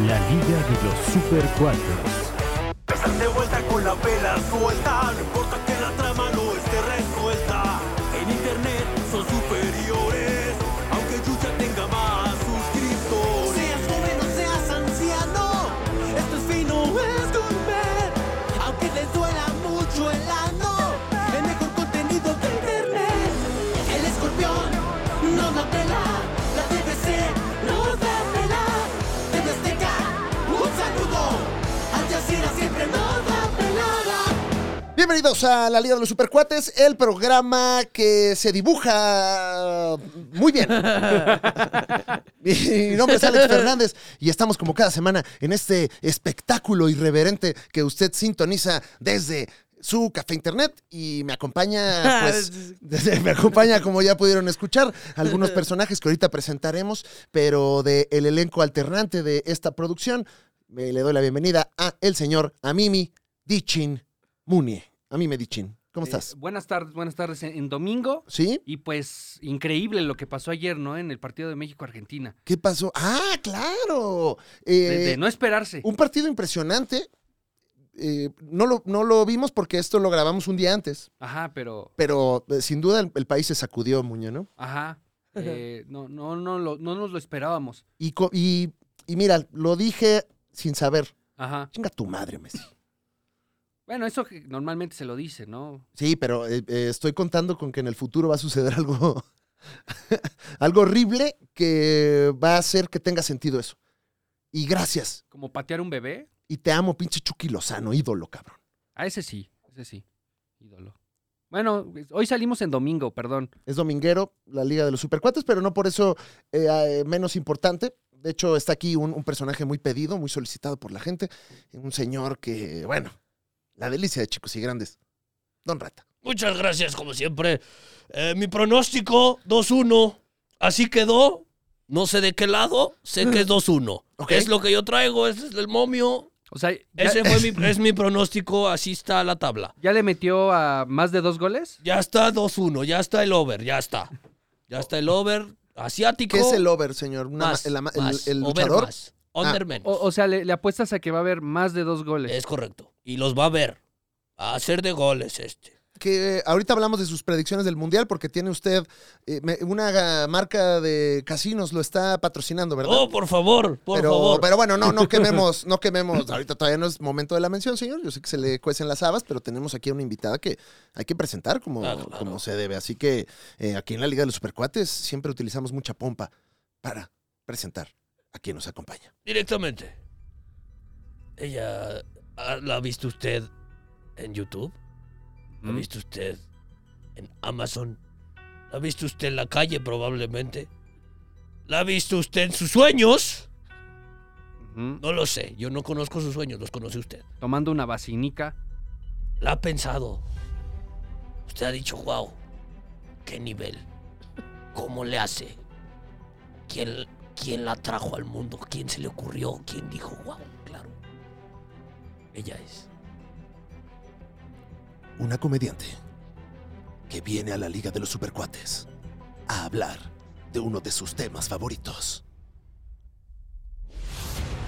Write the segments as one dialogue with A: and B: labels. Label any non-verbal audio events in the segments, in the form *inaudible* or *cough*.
A: de los Super Cuatros.
B: Están de vuelta con la vela suelta, no importa que la trama no esté resuelta. En internet son superiores, aunque Yuya tenga más suscriptores. Seas joven o seas anciano, esto es fino, es comer. Aunque les duela mucho el ano, el mejor contenido de internet. El escorpión no la pela, la TVC nos da pela. TV Azteca, un saludo, Al Jazeera siempre nos da pelada.
C: Bienvenidos a la Liga de los Supercuates, el programa que se dibuja muy bien. Mi nombre es Alex Fernández y estamos como cada semana en este espectáculo irreverente que usted sintoniza desde su café internet y me
D: *laughs*
C: acompaña, pues, desde- me acompaña como ya pudieron escuchar,
D: *laughs*
C: algunos personajes que ahorita presentaremos, pero del el elenco alternante de esta producción, me le doy la bienvenida a el señor Amimi Dichin Munie. Amimi Dichin, ¿cómo
D: Eh,
C: estás?
D: buenas tardes, buenas tardes en, en domingo.
C: ¿Sí?
D: Y pues increíble lo que pasó ayer, ¿no? En el partido de México-Argentina.
C: ¿Qué pasó? Ah, claro.
D: De, de
C: Eh,
D: no esperarse.
C: Un partido impresionante. Eh, no, lo, no lo vimos porque esto lo grabamos un día antes,
D: Ajá, pero.
C: pero eh, sin duda el, el país se sacudió, Muñe, ¿no?
D: Ajá. eh, no, no, no, lo- no nos lo esperábamos.
C: Y, co- y, y mira, lo dije sin saber.
D: Ajá.
C: Chinga tu madre, Messi.
D: Bueno, eso que normalmente se lo dice, ¿no?
C: Sí, pero eh, eh, estoy contando con que en el futuro va a suceder algo, *laughs* algo horrible que va a hacer que tenga sentido eso. Y gracias.
D: Como patear un bebé.
C: Y te amo, pinche Chucky Lozano, ídolo, cabrón.
D: A ese sí, ese sí. Ídolo. Bueno, pues, hoy salimos en domingo, perdón.
C: Es dominguero, la Liga de los Supercuates, pero no por eso eh, eh, menos importante. De hecho, está aquí un, un personaje muy pedido, muy solicitado por la gente. Un señor que, bueno, la delicia de chicos y grandes. Don Rata.
E: Muchas gracias, como siempre. Eh, mi pronóstico, 2-1. Así quedó. No sé de qué lado, sé
C: *laughs*
E: que es 2-1.
C: Ok.
E: Es lo que yo traigo, ese es el momio.
D: O sea, ya,
E: Ese fue
C: *laughs*
E: mi, es mi pronóstico, así está la tabla.
D: ya le metió a más de dos goles.
E: Ya está 2-1, ya está el over, ya está. Ya está el over asiático.
C: ¿Qué es el over, señor? Una ma-
E: Más,
C: el, ama- el-
E: más,
C: el
E: over
C: luchador. Ah,
E: más, under menos.
D: O, o sea, le, le apuestas a que va a haber más de dos goles.
E: Es correcto. Y los va a ver. Va a hacer de goles este.
C: Que ahorita hablamos de sus predicciones del Mundial porque tiene usted eh, me- una marca de casinos, lo está patrocinando, ¿verdad?
E: Oh, por favor, por
C: pero,
E: favor.
C: pero bueno,
E: *laughs*
C: no, no quememos, no quememos. Ahorita todavía no es momento de la mención, señor. Yo sé que se le cuecen las habas, pero tenemos aquí a una invitada que hay que presentar como,
E: Ah, claro.
C: como se debe. Así que eh, aquí en la Liga de los Supercuates siempre utilizamos mucha pompa para presentar a quien nos acompaña.
E: Directamente. Ella ah, la ha visto usted en YouTube, la ha
D: Mm.
E: visto usted en Amazon, la ha visto usted en la calle probablemente, la ha visto usted en sus sueños.
D: Ujú.
E: No lo sé, yo no conozco sus sueños, los conoce usted.
D: Tomando una vacinica.
E: La ha pensado. Usted ha dicho, wow, qué nivel, cómo le hace, quién, quién la trajo al mundo, quién se le ocurrió, quién dijo, wow, claro. Ella es.
C: Una comediante que viene a la Liga de los Supercuates a hablar de uno de sus temas favoritos.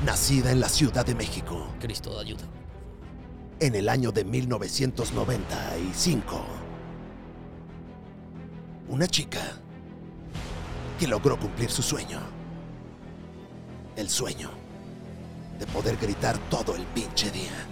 C: Nacida en la Ciudad de México
E: Cristo, ayuda.
C: en el año de 1995. Una chica que logró cumplir su sueño. El sueño de poder gritar todo el pinche día.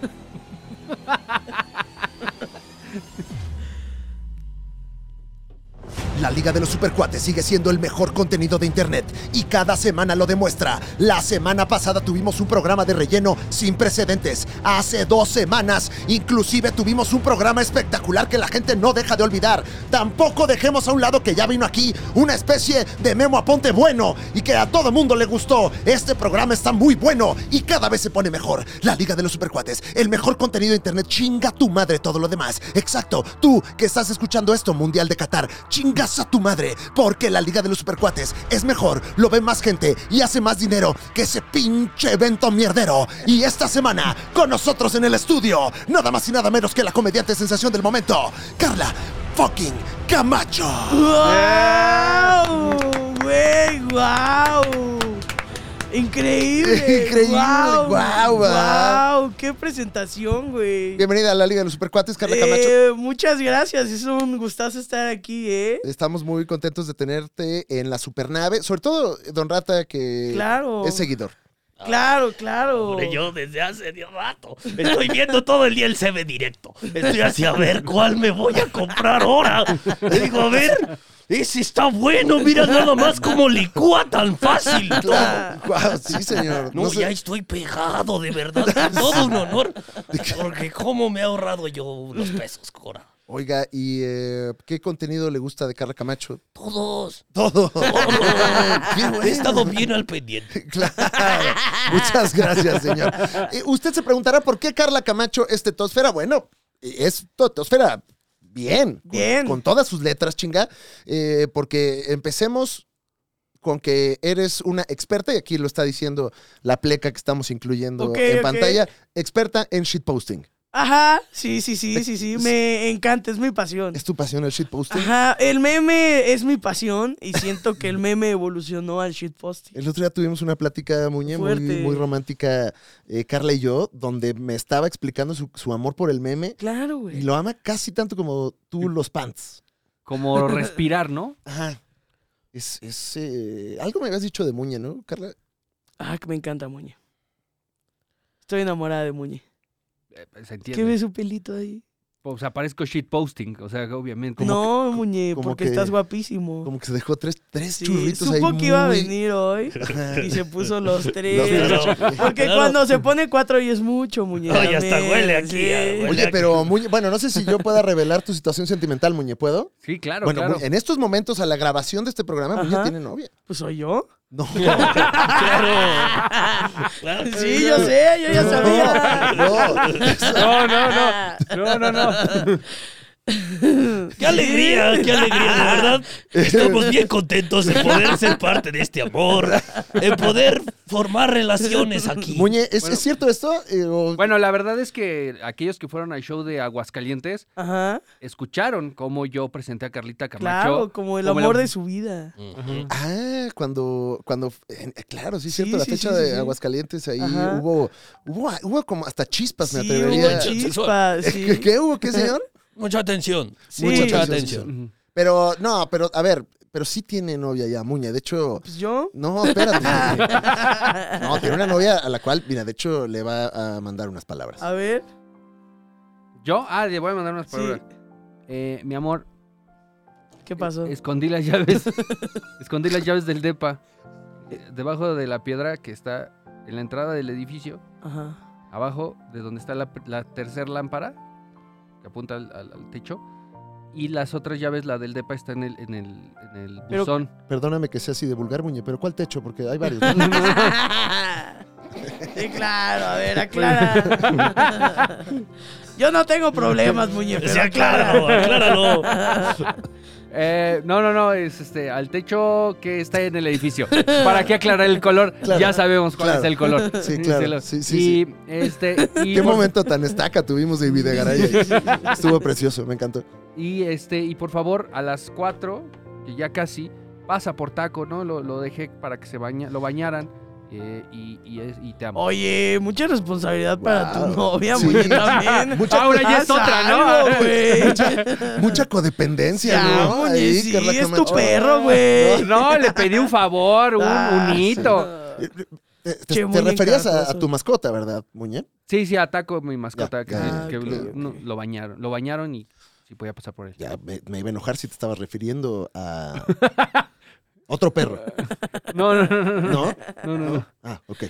C: La Liga de los Supercuates sigue siendo el mejor contenido de Internet y cada semana lo demuestra. La semana pasada tuvimos un programa de relleno sin precedentes. Hace dos semanas inclusive tuvimos un programa espectacular que la gente no deja de olvidar. Tampoco dejemos a un lado que ya vino aquí una especie de Memo Aponte bueno y que a todo mundo le gustó. Este programa está muy bueno y cada vez se pone mejor. La Liga de los Supercuates, el mejor contenido de Internet. Chinga tu madre todo lo demás. Exacto, tú que estás escuchando esto, Mundial de Qatar, chingas a tu madre, porque la Liga de los Supercuates es mejor, lo ve más gente y hace más dinero que ese pinche evento mierdero. Y esta semana, con nosotros en el estudio, nada más y nada menos que la comediante sensación del momento, Carla fucking Camacho.
F: ¡Wow! ¡Güey! ¡Wow! Increíble.
C: Increíble,
F: Guau,
C: guau,
F: güey.
C: ah.
F: Guau, qué presentación, güey.
C: Bienvenida a la Liga de los Supercuates, Carla Camacho.
F: Eh, muchas gracias, es un gustazo estar aquí, ¿eh?
C: Estamos muy contentos de tenerte en la supernave. Sobre todo, eh, Don Rata, que
F: Claro.
C: es seguidor.
F: Claro, claro.
E: Hombre, yo desde hace de rato estoy viendo todo el día el CB directo. Estoy así a ver cuál me voy a comprar ahora. Le digo, a ver, ese está bueno, mira nada más como licúa tan fácil. todo.
C: Claro. Guau, sí, señor.
E: No,
C: No sé-
E: ya estoy pegado, de verdad, con todo un honor. Porque cómo me he ahorrado yo unos pesos, Cora.
C: Oiga, ¿y eh, qué contenido le gusta de Carla Camacho?
E: Todos.
F: *laughs*
C: Todo. Qué bueno.
E: He estado bien al *laughs* pendiente.
C: Claro. Muchas gracias, señor. Eh, usted se preguntará por qué Carla Camacho es tetosfera. Bueno, eh, es tetosfera bien. con-
F: Bien.
C: Con, todas sus letras, chinga. Eh, porque empecemos con que eres una experta, y aquí lo está diciendo la pleca que estamos incluyendo
F: Ok,
C: en
F: ok.
C: pantalla, experta en shitposting.
F: Ajá, sí, sí, sí, sí, sí, me encanta, es mi pasión.
C: ¿Es tu pasión el shitposting?
F: Ajá, el meme es mi pasión y siento que el meme evolucionó al shitposting.
C: El otro día tuvimos una plática, Muñe, muy,
F: Fuerte.
C: muy romántica, eh, Carla y yo, donde me estaba explicando su, su amor por el meme
F: Claro, güey.
C: y lo ama casi tanto como tú los pants.
D: Como *laughs* respirar, ¿no?
C: Ajá. Es, es, eh, algo me habías dicho de Muñe, ¿no, Carla?
F: Ah, que me encanta Muñe. Estoy enamorada de Muñe.
D: Eh, Se
F: ¿Qué
D: entiende.
F: ves su pelito ahí?
D: O sea, parezco shitposting. O sea, obviamente.
F: No, Muñe,
C: como
F: porque
C: que-
F: estás guapísimo.
C: Como que se dejó tres, tres
F: Sí,
C: churritos ahí.
F: supo que iba a
C: muy- *laughs*
F: venir hoy
C: Ajá.
F: y se puso los
C: Los
F: tres.
C: tres
E: Claro.
C: churritos.
D: *laughs*
F: Porque
E: Claro.
F: cuando se pone cuatro y es mucho, Muñe.
E: Ay, hasta
F: también,
E: huele aquí,
F: sí.
E: ah, huele.
C: Oye, pero Muñe, bueno, no sé si yo pueda revelar tu situación sentimental, Muñe, ¿puedo?
D: Sí, claro,
C: bueno,
D: claro.
C: Muñe, en estos momentos, a la grabación de este programa, Muñe
F: Ajá.
C: tiene novia.
F: Pues soy yo.
C: No.
F: *laughs*
E: Claro. Claro que
F: Sí, yo sé, yo ya
C: No,
F: sabía.
C: no.
D: No, no, no. No, no,
F: *laughs*
D: no.
E: Qué alegría, qué alegría, de verdad. Estamos bien contentos de poder ser parte de este amor, de poder formar relaciones aquí.
C: Muñe, ¿es,
D: Bueno.
C: ¿es cierto esto? Eh, o-
D: Bueno, la verdad es que aquellos que fueron al show de Aguascalientes
F: Ajá.
D: escucharon cómo yo presenté a Carlita Camacho.
F: Claro, como el
D: como el
F: amor
D: am-
F: de su vida.
E: Ujú.
C: Ah, cuando, cuando, eh, claro, sí es
F: Sí,
C: cierto, la
F: sí,
C: fecha
F: sí, sí,
C: de
F: sí.
C: Aguascalientes ahí
F: Ajá.
C: hubo, hubo, hubo como hasta chispas, Pues me
F: Sí,
C: atrevería.
F: hubo
E: chispas,
C: *laughs*
F: chispas,
C: ¿Qué,
F: sí.
C: qué hubo, qué
F: *laughs*
C: señor?
E: Mucha atención.
F: Sí.
E: Mucha
C: gracias,
E: atención.
D: Ujú.
C: Pero, no, pero, a ver, pero sí tiene novia ya, Muñe, de hecho,
F: Pues yo.
C: no, espérate. *laughs*
F: *laughs*
C: no, tiene una novia a la cual, mira, de hecho, le va a mandar unas palabras.
F: A ver.
D: Yo, ah, le voy a mandar unas
F: Sí.
D: palabras. Eh, mi amor,
F: ¿Qué pasó?
D: eh, escondí las llaves.
F: *laughs*
D: escondí las llaves del DEPA. eh, Debajo de la piedra que está en la entrada del edificio.
F: Ajá.
D: abajo de donde está la, tercera lámpara que apunta al, al- al techo y las otras llaves la del depa está en el en el en el
F: Pero-
D: buzón
C: Perdóname que sea así de vulgar, Muñe, pero ¿cuál techo? Porque hay varios.
F: *laughs*
C: ¿no?
F: Sí, claro, a
C: *laughs*
F: ver, aclara. Yo no tengo problemas, muñeco.
E: Sí, acláralo, acláralo.
D: Eh, no no no es este al techo que está en el edificio para qué aclarar el color
C: Claro,
D: ya sabemos cuál
C: claro.
D: es el color
C: *laughs* Sí, claro,
D: lo-
C: sí, sí,
D: y
C: *laughs*
D: este y,
C: Qué
D: por-
C: momento tan estaca tuvimos de Videgaray. Estuvo precioso, me encantó.
D: y este y por favor a las 4 que ya casi pasa por taco no lo, lo dejé para que se baña lo bañaran eh, y, y, es- y te amo
F: Oye, mucha responsabilidad para tu
C: Wow.
F: novia,
C: Sí.
F: muñeco, también. Ah,
C: Mucha-
D: Ahora ya es
F: Haz
D: otra, ¿no?
F: algo, Ah, güey.
C: Mucha codependencia,
F: Ya,
C: ¿no?
F: Muñe,
C: Ahí,
F: sí,
C: Carla
F: es tu
C: Camacho.
F: perro, güey.
D: Pues
C: *laughs*
D: No, le pedí un favor, un,
F: Ah,
D: un hito.
C: Eh, Te, te-
F: Che,
C: te
F: Muñe,
C: referías a,
F: caracoso.
C: a tu mascota, ¿verdad, Muñe?
D: Sí, sí, ataco a mi mascota.
C: Ya,
D: que
C: ya,
D: que
F: Ah, ok,
D: lo,
F: ok.
D: no, lo bañaron. Lo bañaron y sí podía pasar por él.
C: Ya me, me iba a enojar si te estabas refiriendo
F: *laughs*
C: a otro perro,
D: No, no, no, no, no,
C: ¿no?
D: no, no, no.
C: Ah, ok.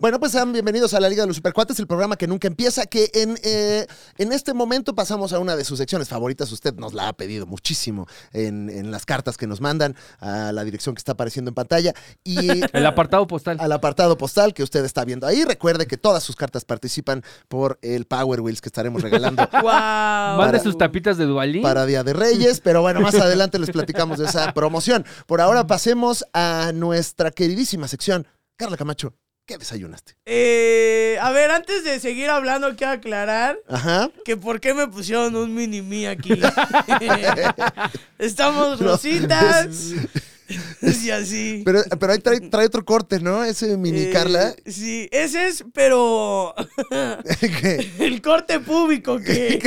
C: Bueno, pues sean bienvenidos a la Liga de los Supercuates, el programa que nunca empieza, que en, eh, en este momento pasamos a una de sus secciones favoritas. Usted nos la ha pedido muchísimo en, en las cartas que nos mandan, a la dirección que está apareciendo en pantalla. Y
F: *laughs*
D: El apartado postal.
C: al apartado postal que usted está viendo ahí. Recuerde que todas sus cartas participan por el Power Wheels que estaremos
F: *laughs*
C: regalando
F: Wow.
D: Mande sus tapitas de Duvalín.
C: para Día de Reyes, pero bueno, más adelante les platicamos de esa promoción. Por ahora pasemos a nuestra queridísima sección. Carla Camacho, ¿qué desayunaste?
F: Eh, a ver, antes de seguir hablando, quiero aclarar
C: Ajá.
F: que por qué
C: *laughs*
F: me pusieron un mini mí aquí. Estamos rositas. *laughs* Y así.
C: Pero, pero ahí trae, trae otro corte, ¿no? Ese mini
F: Eh,
C: Carla.
F: Sí, ese es, pero.
C: que-
F: *laughs* el corte público
C: *laughs*
F: que.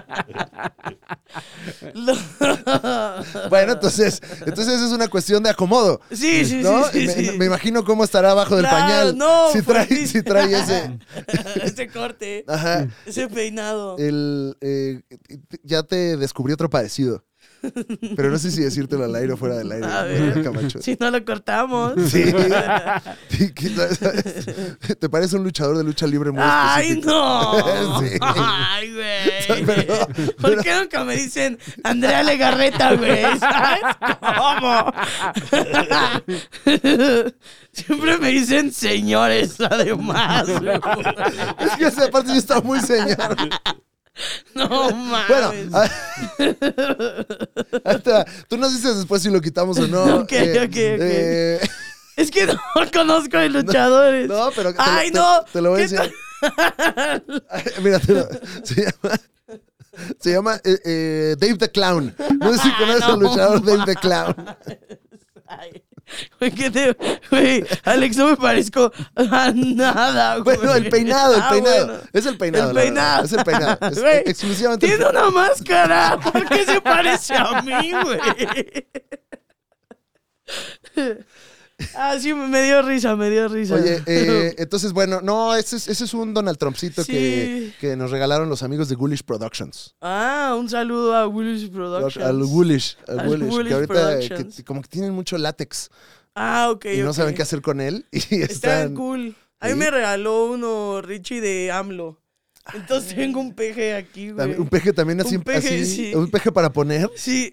F: *laughs* Lo-
C: bueno, entonces, entonces es una cuestión de acomodo.
F: Sí, sí,
C: ¿no?
F: sí, sí,
C: me,
F: sí.
C: me imagino cómo estará abajo del
F: Claro,
C: pañal.
F: no,
C: si trae,
F: pues sí. *laughs*
C: si trae ese.
F: ese corte,
C: Ajá.
F: ese peinado.
C: El, eh, ya te descubrí otro parecido. Pero no sé si decírtelo al aire o fuera del aire.
F: A
C: ¿no,
F: ver.
C: Camacho?
F: Si no lo cortamos.
C: Sí. Sí, quizás, ¿sabes? Te parece un luchador de lucha libre muy
F: ¡Ay,
C: específico.
F: no!
C: *laughs* Sí.
F: ¡Ay, güey!
C: *laughs* Pero-
F: ¿Por qué nunca me dicen Andrea Legarreta, güey?
C: *laughs*
F: ¿Sabes cómo? *laughs* Siempre me dicen señores,
C: *laughs*
F: además. güey.
C: Es que esa parte sí está muy
F: Ah,
C: señor.
F: No mames.
C: Bueno, ah, a- hasta, tú nos dices después si lo quitamos o no.
F: Ok,
C: Eh,
F: ok, ok.
C: eh, *laughs*
F: Es que no *laughs* conozco de luchadores.
C: no, pero te, lo-
F: ¡Ay,
C: te-
F: no!
C: te lo voy a
F: ¿Qué
C: decir. Ay, Mira, te lo- se llama, se llama eh, eh, Dave the Clown. No sé si conoces
F: Ah, No
C: al luchador Dave the Clown.
F: Ay, Güey, ¿qué te- güey, Alex, no me parezco a nada, güey.
C: Bueno, el peinado, el
F: Ah,
C: peinado.
F: bueno.
C: Es el peinado.
F: El
C: la verdad.
F: peinado.
C: Es el peinado. Es
F: *laughs* Güey,
C: exclusivamente. el
F: Tiene una máscara. *laughs* ¿Por qué se parece a mí,
C: *laughs*
F: güey? Ah, sí, me dio risa, me dio risa.
C: Oye,
F: *laughs*
C: eh, entonces, bueno, no, ese es, ese es un Donald Trumpcito
F: Sí.
C: que, que nos regalaron los amigos de Ghoulish Productions.
F: Ah, un saludo a Willis Productions.
C: Al Ghoulish. Al
F: Al
C: Ghoulish,
F: Ghoulish
C: que ahorita eh,
F: Productions.
C: que- como que tienen mucho látex
F: Ah, ok.
C: y no
F: ok.
C: saben qué hacer con él. *laughs* Y están,
F: Están cool. A mí
C: Sí.
F: me regaló uno Richie de AMLO. Entonces tengo un peje aquí, güey.
C: también- Ah. un peje también así.
F: Un peje,
C: así,
F: sí.
C: Un peje para
F: *laughs*
C: poner. *laughs*
F: Sí.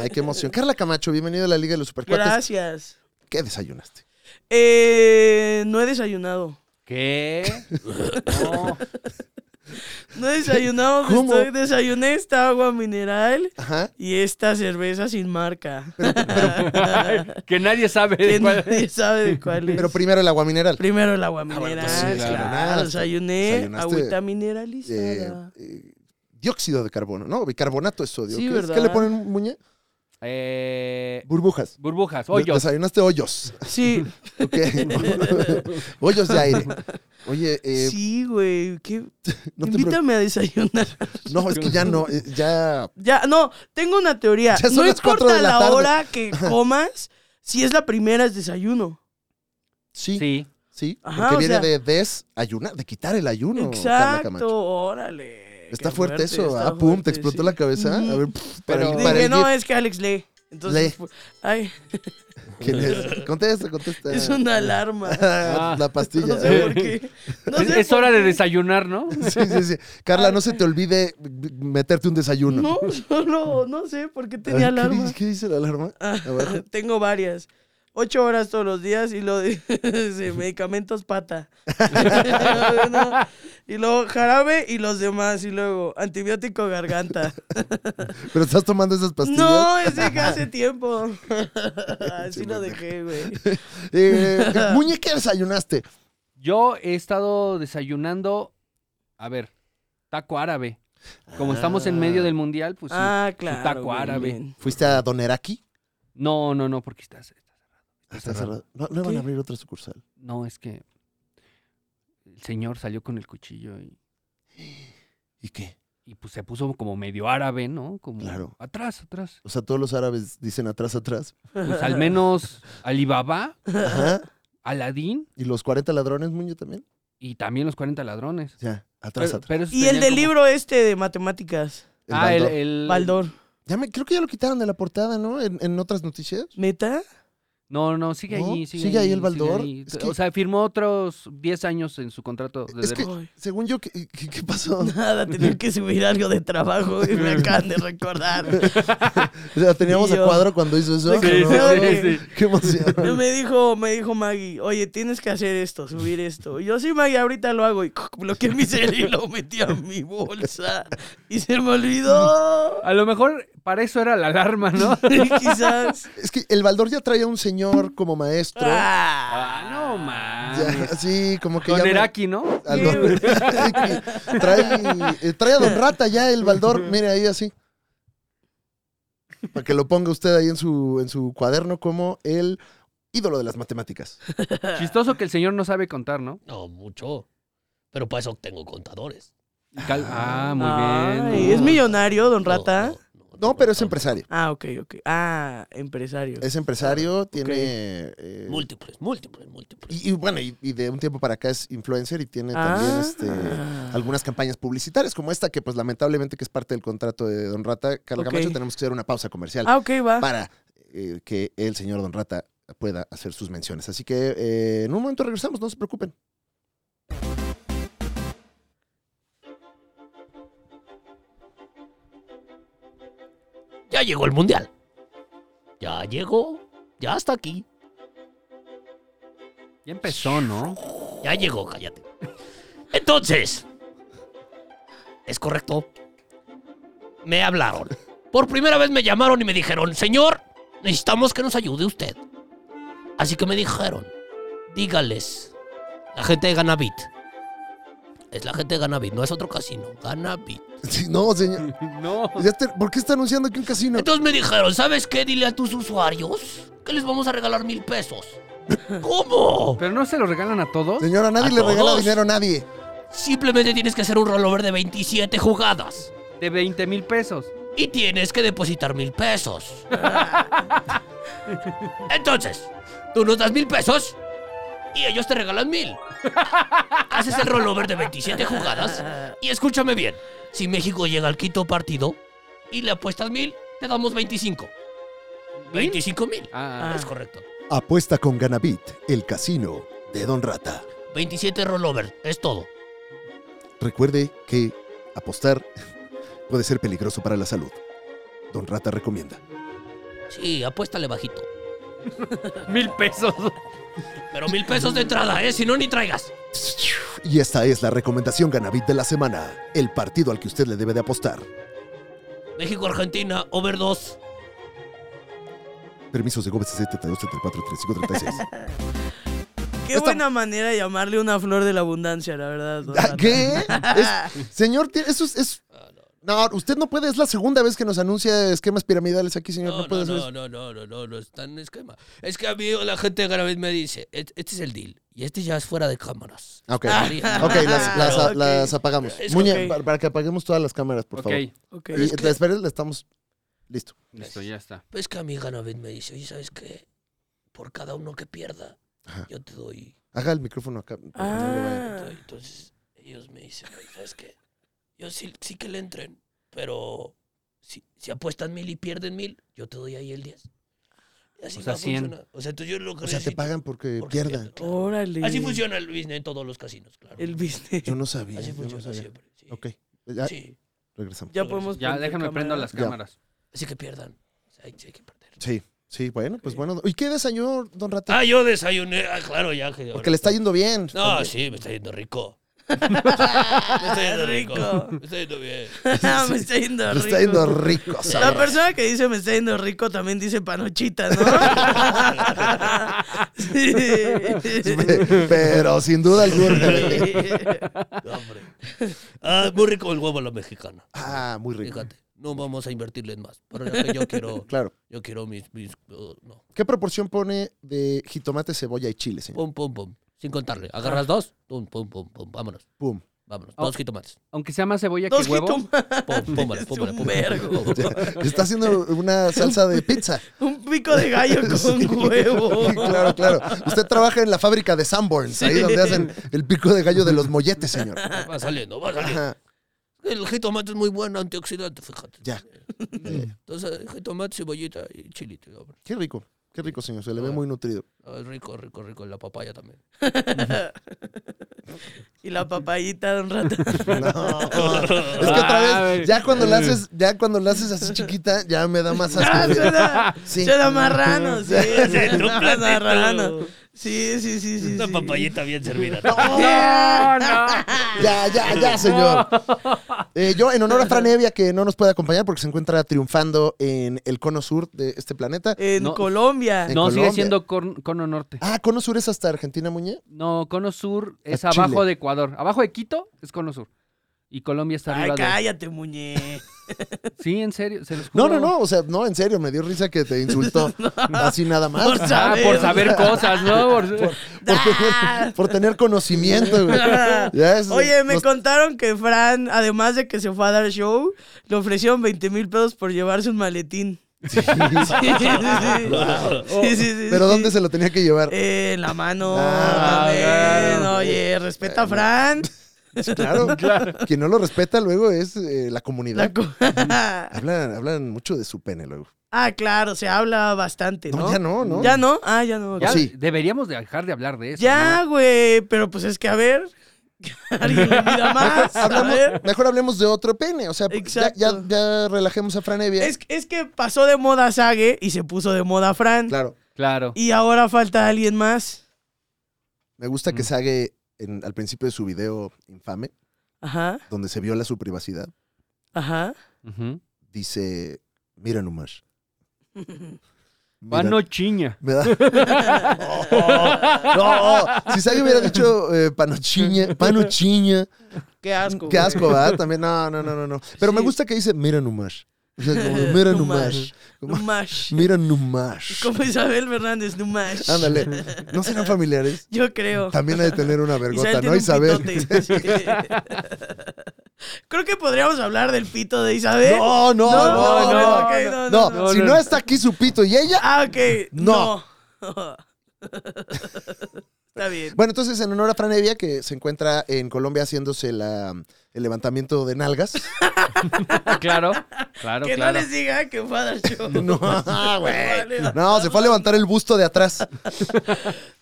C: Ay, qué emoción. Carla Camacho, bienvenida a la Liga de los Supercuates.
F: Gracias.
C: ¿Qué desayunaste?
F: Eh, no he desayunado. *laughs*
D: ¿Qué? No. *laughs*
F: No he desayunado.
C: ¿Cómo?
F: Estoy, desayuné esta agua mineral
C: Ajá.
F: y esta cerveza sin marca. *laughs*
D: que nadie sabe.
F: que
D: cuál-
F: nadie sabe de cuál es.
C: Pero primero el agua mineral.
F: Primero el agua mineral.
C: bueno, pues sí,
F: claro,
C: desayunaste.
F: desayuné
C: Desayunaste,
F: agüita
C: Eh,
F: mineralizada.
C: eh, dióxido de carbono, ¿no? Bicarbonato de sodio.
F: Sí,
C: ¿Qué, es?
F: ¿verdad?
C: ¿Qué le ponen, muñe?
D: Eh,
C: Burbujas.
D: burbujas, hoyos.
C: Desayunaste
F: *laughs*
C: hoyos.
F: Sí,
C: Ok. *laughs* Hoyos de aire. Oye, eh,
F: sí, güey. ¿qué?
C: no te preocupes.
F: Invítame a desayunar. *laughs*
C: No, es que ya no, eh, ya.
F: Ya, no, tengo una teoría.
C: *laughs* Ya son
F: no
C: las cuatro
F: importa
C: de la
F: la,
C: tarde.
F: hora
C: *laughs*
F: que comas, si es la primera es desayuno.
C: Sí, sí.
D: Sí.
F: Ajá,
C: porque
F: o
C: viene
F: sea-
C: de desayunar, de quitar el ayuno. Carla
F: Exacto,
C: Camacho.
F: órale.
C: Está
F: qué
C: fuerte, eso.
F: está
C: Ah, pum,
F: fuerte,
C: te explotó
F: sí.
C: la cabeza. A
F: Ujú.
C: ver, pff, para
D: Pero-
C: el,
F: Dije,
C: para el
F: no, eh".
C: gif.
F: es que Alex lee. Entonces,
C: Lee.
F: pues, ay,
C: ¿Quién es? *laughs* Contesta, contesta.
D: Eh,
F: es *laughs* una
D: *laughs*
F: alarma.
C: Ah, La pastilla.
F: No sé por qué. No
D: es
F: sé
D: es
F: por
D: hora de
F: qué.
D: desayunar, ¿no?
C: *laughs* Sí, sí, sí. Carla, no se te olvide meterte un desayuno.
F: No, *laughs* solo, no sé por qué
C: A ver,
F: tenía
C: ¿qué
F: alarma.
C: dice- ¿Qué dice la alarma?
F: Ah,
C: Abajo.
F: *laughs* tengo varias. Ocho horas todos los días y lo de *laughs* de medicamentos pata. *laughs* No, y luego jarabe y los demás. Y luego antibiótico garganta.
C: Pero estás tomando esas pastillas.
F: No, ese que
D: *laughs*
F: hace tiempo. Así lo dejé, güey.
C: Eh, Muñe, ¿qué desayunaste?
D: Yo he estado desayunando, a ver, taco árabe. Como estamos en medio del mundial, pues sí.
F: Ah, claro.
D: taco
F: güey,
D: árabe.
F: bien.
C: Ah. ¿Fuiste a Doneraki?
D: No, no, no, porque estás.
C: Ah, Está cerrado. No, no van
F: ¿Qué?
C: a abrir otra sucursal.
D: No, es que el señor salió con el cuchillo y,
C: ¿Y qué?
D: y, pues se puso como medio árabe, ¿no? Como
C: Claro.
D: atrás, atrás.
C: O sea, todos los árabes dicen atrás, atrás.
F: *laughs*
D: Pues
C: *laughs*
D: al menos Alibaba,
C: Ajá.
D: Aladín
C: ¿Y los 40 ladrones, Muñe, también?
D: y también los 40 ladrones.
C: Ya, atrás,
D: Pero-
C: atrás.
D: pero esos
F: Y
D: tenían
F: el del
D: Pues como-
F: libro este de matemáticas.
C: El
D: ah, el,
C: Baldor.
D: el-
F: Baldor.
C: Ya me, creo que ya lo quitaron de la portada, ¿no? En, en otras noticias.
F: ¿Meta?
D: No, no, sigue
C: No,
D: ahí. Sigue,
C: sigue ahí el
D: sigue
C: Baldor.
D: ahí.
C: Es que-
D: O sea, firmó otros 10 años en su contrato. de
C: Es que-
D: derechos.
F: Ay,
C: Según yo, ¿qué, qué- qué
F: *laughs*
C: pasó?
F: Nada, tener que subir algo de trabajo y me acaban de recordar.
C: O sea, teníamos
F: Y yo-
C: a cuadro cuando hizo eso.
F: Sí,
D: Sí,
C: ¿no?
D: sí, sí, sí.
C: *laughs* Qué emoción.
F: Me dijo, me dijo Maggie, oye, tienes que hacer esto, subir esto. Y yo sí, Maggie, ahorita lo hago. Y bloqueé mi cel y lo metí a mi bolsa. Y se me olvidó.
D: A lo mejor para eso era la
C: *laughs*
D: alarma, ¿no?
F: Quizás.
C: Es que el Baldor ya traía un señor como maestro.
D: Ah, no
C: Ya,
D: mames.
C: así como que ya
D: Con
C: me-
D: Eraki, ¿no?
C: a don- trae, eh, trae a Don Rata ya el Baldor. Mira ahí así. Para que lo ponga usted ahí en su, en su cuaderno como el ídolo de las matemáticas.
D: Chistoso que el señor no sabe contar, ¿no?
E: No, mucho. Pero para eso tengo contadores.
D: Y cal- Ah, muy bien.
F: Ay, ¿Es millonario, don Rata?
C: No, pero es
E: empresa.
C: empresario.
F: Ah, ok, ok. Ah, empresario.
C: Es empresario, tiene... eh,
E: Múltiples, múltiples, múltiples.
C: y, y bueno, y, y de un tiempo para acá es influencer y tiene
F: Ah.
C: también este, algunas campañas publicitarias como esta, que pues lamentablemente que es parte del contrato de Don Rata. Carla
F: Ok.
C: Camacho, tenemos que hacer una pausa comercial.
F: Ah, ok, va.
C: para eh, que el señor Don Rata pueda hacer sus menciones. Así que eh, en un momento regresamos, no se preocupen. *laughs*
E: Ya llegó el mundial. Ya llegó. Ya está aquí.
D: Ya empezó, ¿no?
E: Ya llegó, cállate. Entonces, es correcto. Me hablaron. Por primera vez me llamaron y me dijeron, señor, necesitamos que nos ayude usted. Así que me dijeron, dígales, la gente de Ganabit. Es la gente de Ganabit, no es otro casino. Ganabit.
C: Sí, *laughs* no, señor. pues
D: No.
C: Ya está- ¿Por qué está anunciando aquí un casino?
E: Entonces me dijeron, ¿sabes qué? Dile a tus usuarios que les vamos a regalar mil pesos. ¿Cómo?
D: Pero no se lo regalan a todos.
C: Señora, nadie
E: ¿A
C: le regala
E: todos?
C: dinero a nadie.
E: Simplemente tienes que hacer un rollover de 27 jugadas.
D: De 20 mil pesos.
E: y tienes que depositar mil pesos. Entonces, tú nos das mil pesos y ellos te regalan mil. Haces el rollover de 27 jugadas y escúchame bien. Si México llega al quinto partido y le apuestas mil, te damos 25.
D: ¿Mil?
E: 25 mil.
D: Ah,
E: Es correcto.
C: Apuesta con Ganabit, el casino de Don Rata.
E: 27 rollover, es todo.
C: Recuerde que apostar *laughs* puede ser peligroso para la salud. Don Rata recomienda.
E: Sí, apuéstale bajito.
F: Ah.
D: mil pesos.
E: Pero mil pesos de entrada, ¿eh? Si no, ni traigas.
C: Y esta es la recomendación Ganabit de la semana, el partido al que usted le debe de apostar.
E: México-Argentina, over 2.
C: Permisos de Gómez 72 74 35 36.
F: Qué
C: esta-
F: buena manera de llamarle una flor de la abundancia, la
C: *laughs*
F: verdad. don
C: ¿Ah,
F: Rata.
C: ¿Qué? Es- señor, ti- eso es, es- No, usted no puede, es la segunda vez que nos anuncia esquemas piramidales aquí, señor. No,
E: No, no,
C: puede hacer
E: no,
C: eso.
E: no, no, no, no, no está en esquema. Es que a mí la gente cada vez me dice, "Et- este es el deal, y este ya es fuera de
C: *laughs*
E: cámaras.
C: Ah, Ok,
E: Ah,
C: ok, las, las-
F: ok.
C: las apagamos.
E: Es
C: Muña,
F: ok.
C: pa- para que apaguemos todas las cámaras, por
D: Ok.
C: favor.
F: Ok.
C: Y, espere, le estamos... Listo.
D: Listo, ya está.
E: Pues que a mí cada vez me dice, oye, ¿sabes qué? Por cada uno que pierda,
C: Ajá.
E: yo te doy.
C: Haga el micrófono acá.
E: te
F: Ah.
E: doy". Entonces ellos me dicen, "Oye, ¿sabes qué? Yo sí, sí que le entren, pero si, si apuestan mil y pierden mil, yo te doy ahí el 10. Y Así
D: O sea,
E: va a
D: 100.
E: funcionar. O sea, entonces yo lo que
C: O sea, te
E: necesito-
C: pagan porque
E: porque
C: pierda.
E: pierdo, claro.
F: Órale.
E: Así funciona el business en todos los casinos, claro.
F: El business. *laughs*
C: Yo no sabía.
E: Así
C: yo no
E: funciona
C: sabía.
E: siempre. sí.
C: Ok, ya
E: Sí.
C: regresamos.
F: Ya podemos
D: Ya,
F: prender
D: déjame
F: cámara.
D: prendo
F: *laughs*
D: las
C: Ya.
D: cámaras.
E: Así que pierdan. O sea, hay, hay que perder.
C: Sí, sí, bueno, pues bueno. ¿Y qué desayunó, don Rata?
E: Ah, yo desayuné. Ah, claro, ya. que-
C: Porque le está yendo bien.
E: No, sí, me está yendo rico. me está yendo rico. Me está yendo bien.
F: Ah, me está yendo
C: Le
F: rico.
C: está yendo rico.
F: La
C: sabroso.
F: persona que dice me está yendo rico también dice panochita,
C: *laughs*
F: ¿no? sí.
C: *laughs* Pero sin duda alguna. *laughs*
E: No, hombre. Ah, muy rico el huevo a la mexicana.
C: Ah, muy rico.
E: Fíjate. No vamos a invertirle en más. Pero ya que yo quiero,
C: Claro.
E: yo quiero mis, mis oh, no.
C: ¿Qué proporción pone de jitomate, cebolla y chile, señor?
E: Pum, pum, pum. Sin contarle. Agarras dos. Pum, pum, pum, pum. Vámonos.
C: Pum.
E: Vámonos.
D: Oh.
E: Dos jitomates.
D: Aunque sea más cebolla
F: *laughs* Dos
D: que huevo.
F: jitomates,
E: Pum, pómale,
F: Es
E: pómale,
F: un
E: pómale.
F: vergo.
E: Pum, pum.
C: Está haciendo una salsa de pizza.
F: un pico
C: *laughs*
F: de gallo con huevo.
C: Sí, *laughs* claro, claro. Usted trabaja en la fábrica de Sanborns, ahí
F: Sí.
C: donde hacen el pico de gallo de los molletes, *laughs* señor.
E: *laughs* Va saliendo, va saliendo.
C: Ajá,
E: El jitomate es muy buen antioxidante, fíjate.
C: ya. Eh,
E: Entonces, jitomate, cebollita y chilito. ya, hombre.
C: qué rico, qué rico, señor. Se le ve muy nutrido.
E: Ah, rico, rico, rico. La papaya también.
F: Y la papayita de un
C: *laughs*
F: rato. *laughs*
C: No. *laughs* Es que otra vez, ya cuando la haces, ya cuando la haces así chiquita, ya me da más
F: Ah,
C: asco.
F: suena,
C: Sí. *laughs*
F: suena marrano, sí.
E: en un
F: Suena
E: platito.
F: marrano. Sí, sí, sí, sí.
E: Una
F: sí.
E: papayita bien servida. *laughs*
D: ¡No, no!
C: Ya, ya, ya, señor. Eh, yo, en honor a Fran Evia, que no nos puede acompañar porque se encuentra triunfando en el cono sur de este planeta.
F: En
D: No.
F: Colombia.
C: *laughs* En
D: No, sigue
C: Colombia.
D: siendo cor- cono norte.
C: Ah, cono sur es hasta Argentina, Muñe.
D: No, cono sur es
C: A Chile.
D: abajo de Ecuador. Abajo de Quito es cono sur. Y Colombia está
F: Ay,
D: arriba de...
F: cállate, muñe.
D: Sí, en serio, se los
C: No, no,
D: juro.
C: no, o sea, no, en serio, me dio risa que te
F: *laughs*
C: insultó así nada más.
F: Por
D: Ah,
F: saber.
D: por saber cosas, ¿no? Por-
F: *laughs*
C: Por tener, por tener conocimiento, güey. Ya es-
F: Oye, me
C: nos-
F: contaron que Fran, además de que se fue a dar show, le ofrecieron 20 mil pesos por llevarse un maletín. *laughs* Sí, sí, sí. Sí, sí, sí,
C: Pero
F: sí.
C: ¿dónde se lo tenía que llevar?
F: Eh, en la mano.
C: Ah,
F: también.
D: claro.
F: Oye, respeta a Fran.
C: Claro, Quien no lo respeta luego es eh, la
F: La
C: comunidad. *laughs*
F: co-
C: Hablan, hablan mucho de su pene luego.
F: ah, claro, se habla bastante,
C: No,
F: ¿no?
C: ya no, ¿no?
F: ¿Ya no? Ah, ya no.
D: Ya
C: Sí.
D: deberíamos dejar de hablar de eso.
F: Ya, güey. Pero pues es que, a ver. *laughs* Alguien le mira más. A
C: Hablamos-
F: ver.
C: mejor hablemos de otro pene. O sea, ya,
F: Exacto.
C: ya- ya relajemos a Fran Evia.
F: Es, es que pasó de moda Sage y se puso de moda Fran.
C: Claro,
D: ¿no? Claro.
F: Y ahora falta alguien más.
C: me gusta que
D: Mm.
C: Sage en- al principio de su video infame,
F: Ajá,
C: donde se viola su privacidad,
F: ajá.
D: Ujú.
C: dice, mira
F: *laughs*
C: nomás. Mira-
D: Mano chiña.
C: Me da. *laughs* no, si Sage hubiera dicho eh, panochiña, panochiña,
F: Qué asco.
C: qué asco, ¿verdad? También, no, no, no, no. no. Pero me
F: Sí.
C: gusta que dice, mira nomás. O sea, como,
F: *laughs*
C: mira
F: Nomás.
C: nomás.
F: No
C: *laughs*
F: más.
C: Mira nomás.
F: *laughs* Como Isabel Fernández, no más.
C: Ándale. ¿No serán familiares?
F: Yo creo.
C: También ha de tener una vergota, ¿no,
F: Isabel
C: Isabel?
F: tiene un
C: *laughs*
F: pitote. *laughs* Creo que podríamos hablar del pito de Isabel.
C: No, no, no,
D: no,
F: ok,
D: no,
C: No,
F: no, no,
D: no,
C: si
D: no.
C: no está aquí su pito y ella.
F: Ah, ok.
C: No.
F: No. *laughs* Está bien.
C: Bueno, entonces en honor a Fran Evia, que se encuentra en Colombia haciéndose la, el levantamiento de
F: *laughs*
C: nalgas.
D: Ah, Claro, claro,
F: que
D: claro.
F: no les diga que fue a dar show. *laughs*
C: No, ah, güey. No, se fue a levantar el busto de atrás.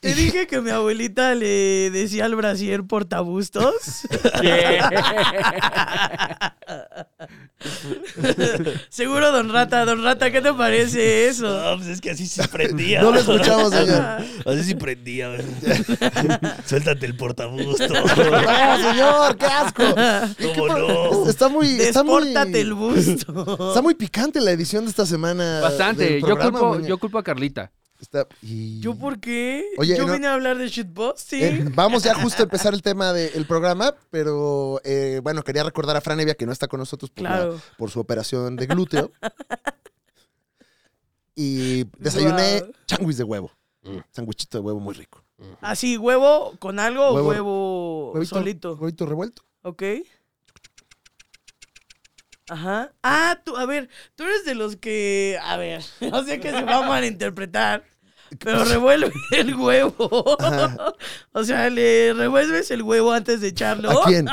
F: Te dije que mi abuelita le decía al brasier
C: *laughs*
F: portabustos. Seguro, don Rata, don Rata, ¿qué te parece eso?
E: No, pues es que así se prendía.
C: No lo escuchamos,
E: *laughs*
C: señor.
E: Así se prendía.
C: *laughs*
E: Suéltate el portabusto.
C: No, señor, *laughs* qué asco.
E: ¿Cómo no?
C: Está muy, está muy,
F: Despórtate el busto.
C: está muy picante la edición de esta semana.
D: Bastante.
C: del
D: Yo
C: programa,
D: culpo,
C: muñe.
D: yo culpo a Carlita.
C: Está- y-
F: ¿Yo por qué?
C: Oye,
F: Yo
C: no-
F: vine a hablar de shitposting.
C: Eh, *laughs* vamos ya justo a empezar el tema del programa, pero eh, bueno, quería recordar a Fran Evia que no está con nosotros por, la-
F: Claro.
C: por su operación de
F: *laughs*
C: glúteo. y desayuné
F: Guau.
C: changuis de huevo. Sanguchito de huevo muy rico.
F: Así, huevo con algo o
C: Huevo-
F: huevo solito.
C: Huevito revuelto.
F: Ok. Ajá. Ah, tú, a ver, tú eres de los que. A ver, *laughs* no sé que se va a malinterpretar. Pero revuelve *laughs* el huevo.
C: Ajá.
F: O sea, le revuelves el huevo antes de echarlo.
C: ¿A
F: *laughs*
C: quién?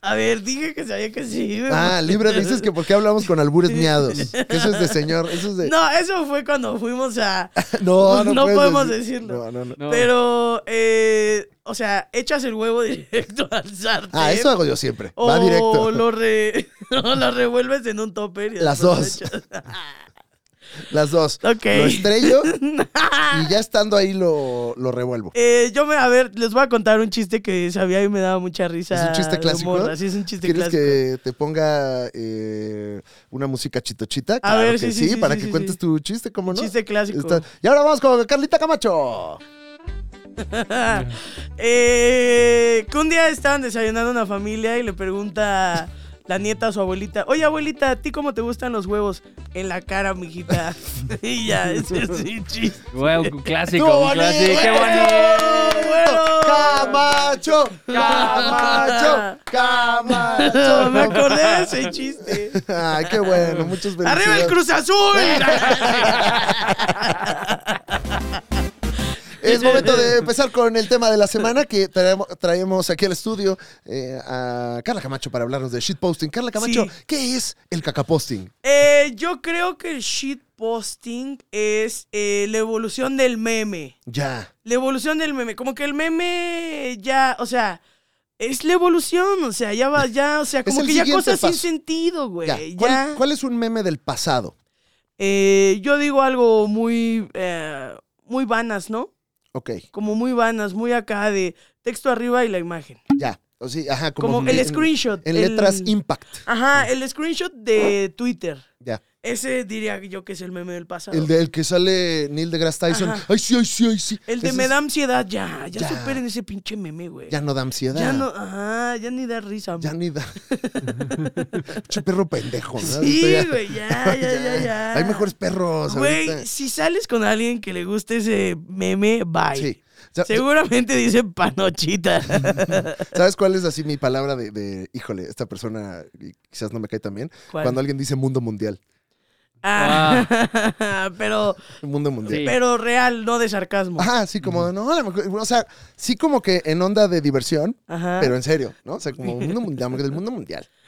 F: A ver, dije que sabía que sí.
C: Ah, Libra, dices que por qué hablamos con albures miados. Que eso es de señor, eso es de...
F: No, eso fue cuando fuimos a.
C: *laughs* no, no
F: no
C: puedes
F: podemos
C: decir-
F: decirlo.
C: No, no, *laughs* no.
D: No.
F: Pero, eh, o sea, echas el huevo *laughs* directo al sartén.
C: Ah, eso hago yo siempre.
F: O
C: Va directo.
F: Oh, Lo, re- *laughs* o lo revuelves en un topper. y
C: Las
F: después
C: dos.
F: lo echas.
C: Las dos.
F: Ok.
C: Lo
F: *laughs*
C: estrello y ya estando ahí lo, lo revuelvo.
F: Eh, yo me, a ver, les voy a contar un chiste que sabía y me daba mucha risa.
C: ¿Es un chiste
F: de
C: clásico?
F: morra. Sí, es un chiste
C: ¿Quieres
F: clásico.
C: que te ponga eh, una música chitochita? Claro
F: ver,
C: que
F: sí, sí, sí,
C: para
F: sí,
C: que
F: sí,
C: cuentes
F: sí.
C: tu chiste, ¿cómo no?
F: Chiste clásico.
C: Está- Y ahora vamos con Carlita Camacho.
F: *laughs* Eh, que un día estaban desayunando una familia y le pregunta la nieta a su abuelita, oye abuelita, ¿a ti cómo te gustan los huevos? En la cara, mijita. *laughs* y ya, ese es un chiste.
D: Güey, un clásico,
C: ¡Estuvo
D: un clásico. ¡Qué
C: bonito!
D: bonito!
F: Bueno.
C: Camacho,
F: *laughs*
C: Camacho, Camacho.
F: Me acordé de ese chiste.
C: Ay, qué bueno, muchas felicidades.
F: ¡Arriba el Cruz Azul! *laughs*
C: Es momento de empezar con el tema de la semana que traemo- traemos aquí al estudio eh, a Carla Camacho para hablarnos de shitposting. Carla Camacho,
F: Sí.
C: ¿qué es el cacaposting?
F: Eh, yo creo que el shitposting es eh, la evolución del meme.
C: Ya.
F: La evolución del meme. Como que el meme ya, o sea, es la evolución. O sea, ya va,
C: *laughs*
F: ya, o sea, como
C: el
F: que ya
C: siguiente
F: cosas sin
C: paso.
F: sentido, güey.
C: Ya,
F: Ya.
C: ¿Cuál, cuál es un meme del pasado?
F: Eh, yo digo algo muy, eh, muy vanas, ¿no?
C: Ok,
F: Como muy vanas, muy acá de texto arriba y la imagen.
C: ya. O sí, ajá, como,
F: Como,
C: en-
F: el screenshot.
C: En
F: el-
C: letras impact.
F: Ajá, el screenshot de Twitter.
C: Ya.
F: Ese diría yo que es el meme del pasado.
C: El, de, el que sale Neil deGrasse Tyson. Ay, sí, ay, sí, ay, sí.
F: El de
C: Ese
F: me
C: es-
F: da ansiedad, ya, ya,
C: Ya.
F: superen ese pinche meme, güey.
C: Ya
F: Ya,
C: no da ansiedad.
F: no, ajá, ya ni da risa.
C: Ya ni da. *laughs* Che perro pendejo. ¿no? Ahorita
F: sí, güey, ya, ya,
C: *laughs*
F: ya, ya.
C: Hay mejores perros. ahorita.
F: Güey, si sales con alguien que le guste ese meme, bye.
C: Sí. Sa-
F: Seguramente
C: *laughs*
F: dice panochita.
C: ¿Sabes cuál es así mi palabra de, de, híjole, esta persona y quizás no me cae tan bien?
F: ¿Cuál?
C: Cuando alguien dice mundo mundial.
F: Ah, *laughs* pero,
C: Mundo mundial.
D: Sí.
F: pero real, no de sarcasmo.
C: Ajá, sí como, no, a lo mejor- o sea, sí como que en onda de diversión,
F: Ajá.
C: pero en serio, ¿no? O sea,
F: *laughs*
C: como mundo mundial, del mundo mundial. Muñe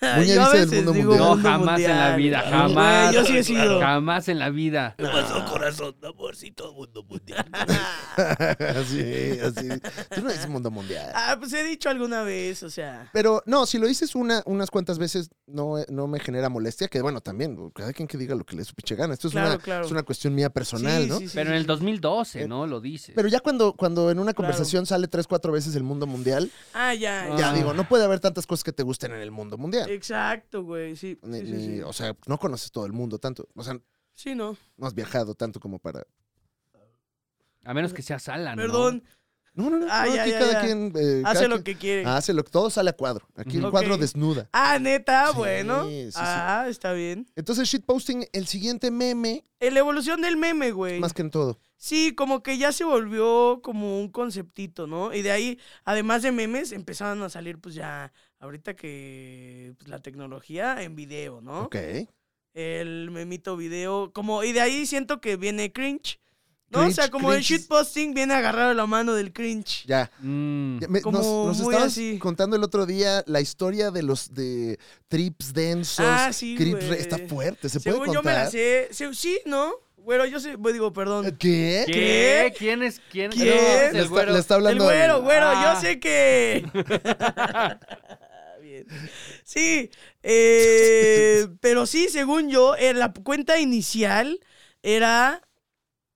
F: Ah, Yo a
C: dice del
F: veces
C: mundo
F: digo
C: mundial.
D: No,
F: mundo
D: jamás en la
F: mundial.
D: vida,
F: Güey,
D: jamás.
F: Yo sí he sido.
D: Jamás en la vida.
E: ¿Qué pasó, corazón, amorcito, mundo mundial?
C: *laughs* así, así. Tú no dices mundo mundial.
F: Ah, pues he dicho alguna vez, o sea.
C: Pero no, si lo dices una, unas cuantas veces, no, eh, no me genera molestia, que bueno, también, pues, cada quien que diga lo que le supiche gana. Esto es,
F: Claro,
C: una,
F: claro.
C: es una cuestión mía personal,
F: sí,
C: ¿no?
F: sí, sí,
D: Pero
F: sí,
D: en el
F: sí.
D: 2012, ¿no? Lo dice.
C: Pero ya cuando, cuando en una conversación sale tres, cuatro veces el mundo mundial,
F: Ah, ya,
D: Ah.
C: ya digo, no puede haber tantas cosas que te gusten en el mundo mundial.
F: Exacto, güey, sí.
C: Ni-
F: sí, sí,
C: ni-
F: sí.
C: O sea, no conoces todo el mundo tanto. O sea,
F: Sí, no.
C: no has viajado tanto como para.
D: A menos que sea sala, ¿no?
F: Perdón,
C: No, no, no.
F: Ah,
C: no,
F: ya,
C: aquí
F: ya,
C: cada
F: ya.
C: quien. eh, cada
F: hace lo
C: quien-
F: que quiere. Ah,
C: Hace lo que. Todo sale a cuadro. Aquí el
F: Ujú.
C: cuadro
F: Ok.
C: desnuda.
F: neta,
C: Sí,
F: bueno.
C: sí, sí.
F: ah, está bien.
C: Entonces, shitposting, el siguiente meme,
F: Eh, La evolución del meme, güey.
C: más que en todo.
F: Sí, como que ya se volvió como un conceptito, ¿no? Y de ahí, además de memes, empezaban a salir, pues ya, ahorita que pues, la tecnología en video, ¿no?
C: Ok.
F: El memito video, como, y de ahí siento que viene cringe, ¿no? o sea,
C: Cringe,
F: como el
C: cringe.
F: shitposting viene agarrado de la mano del cringe.
C: Ya.
D: Mm.
C: Ya me-
F: Como
C: nos nos
F: muy
C: estabas
F: así.
C: contando el otro día la historia de los de trips densos.
F: Ah, sí,
C: trips
F: güey.
C: re- está fuerte, se
F: Según
C: puede
F: yo
C: contar.
F: me la sé, se- sí, ¿no? Güero, yo sé, bueno, digo, perdón.
C: ¿Qué?
D: ¿Qué? ¿Quién es quién?
F: ¿Quién?
D: No, es
C: Le
D: el
C: está,
D: güero.
C: le está
F: El
C: hablando.
F: güero, güero,
D: Ah.
F: yo sé que.
C: *laughs*
F: Bien. Sí, eh, pero sí, según yo, en la cuenta inicial era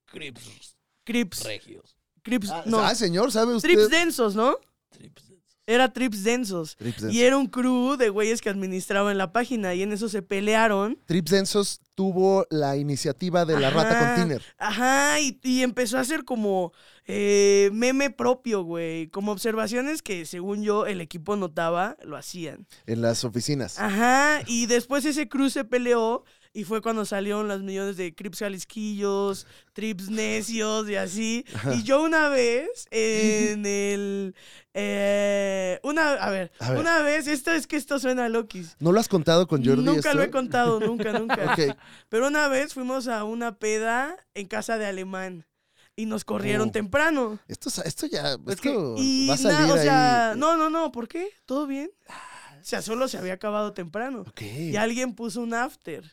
E: Crips
F: Crips.
E: regios.
F: Crips,
C: Ah,
F: no.
C: ah, señor, ¿sabe usted?
F: trips densos, ¿no?
E: Crips densos.
F: Era Trips densos.
C: Trips densos.
F: Y era un crew de güeyes que administraban la página y en eso se pelearon.
C: Trips densos tuvo la iniciativa de la rata
F: Ajá,
C: con Tiner.
F: Ajá, y, y empezó a hacer como eh, meme propio, güey. Como observaciones que, según yo, el equipo notaba, lo hacían.
C: en las oficinas. *laughs*
F: Ajá, y después ese cruce peleó y fue cuando salieron las millones de Crips Jalisquillos, Trips Necios y así. Y yo
C: *laughs*
F: una vez en el... eh, una, a ver,
C: A ver.
F: una vez, esto es que esto suena a Lokis.
C: ¿No lo has contado con Jordi?
F: Nunca lo he
C: esto?
F: contado,
C: *laughs*
F: nunca, nunca.
C: Ok.
F: Pero una vez fuimos a una peda en casa de Alemán y nos corrieron
C: Oh.
F: temprano.
C: Esto, sa- esto ya
D: Es que-
C: esto
F: Y
C: va a
F: nada,
C: salir
F: o sea,
C: ahí.
F: no, no, no, ¿por qué? ¿Todo bien? O sea, solo se había acabado temprano.
C: Ok.
F: Y alguien puso un after.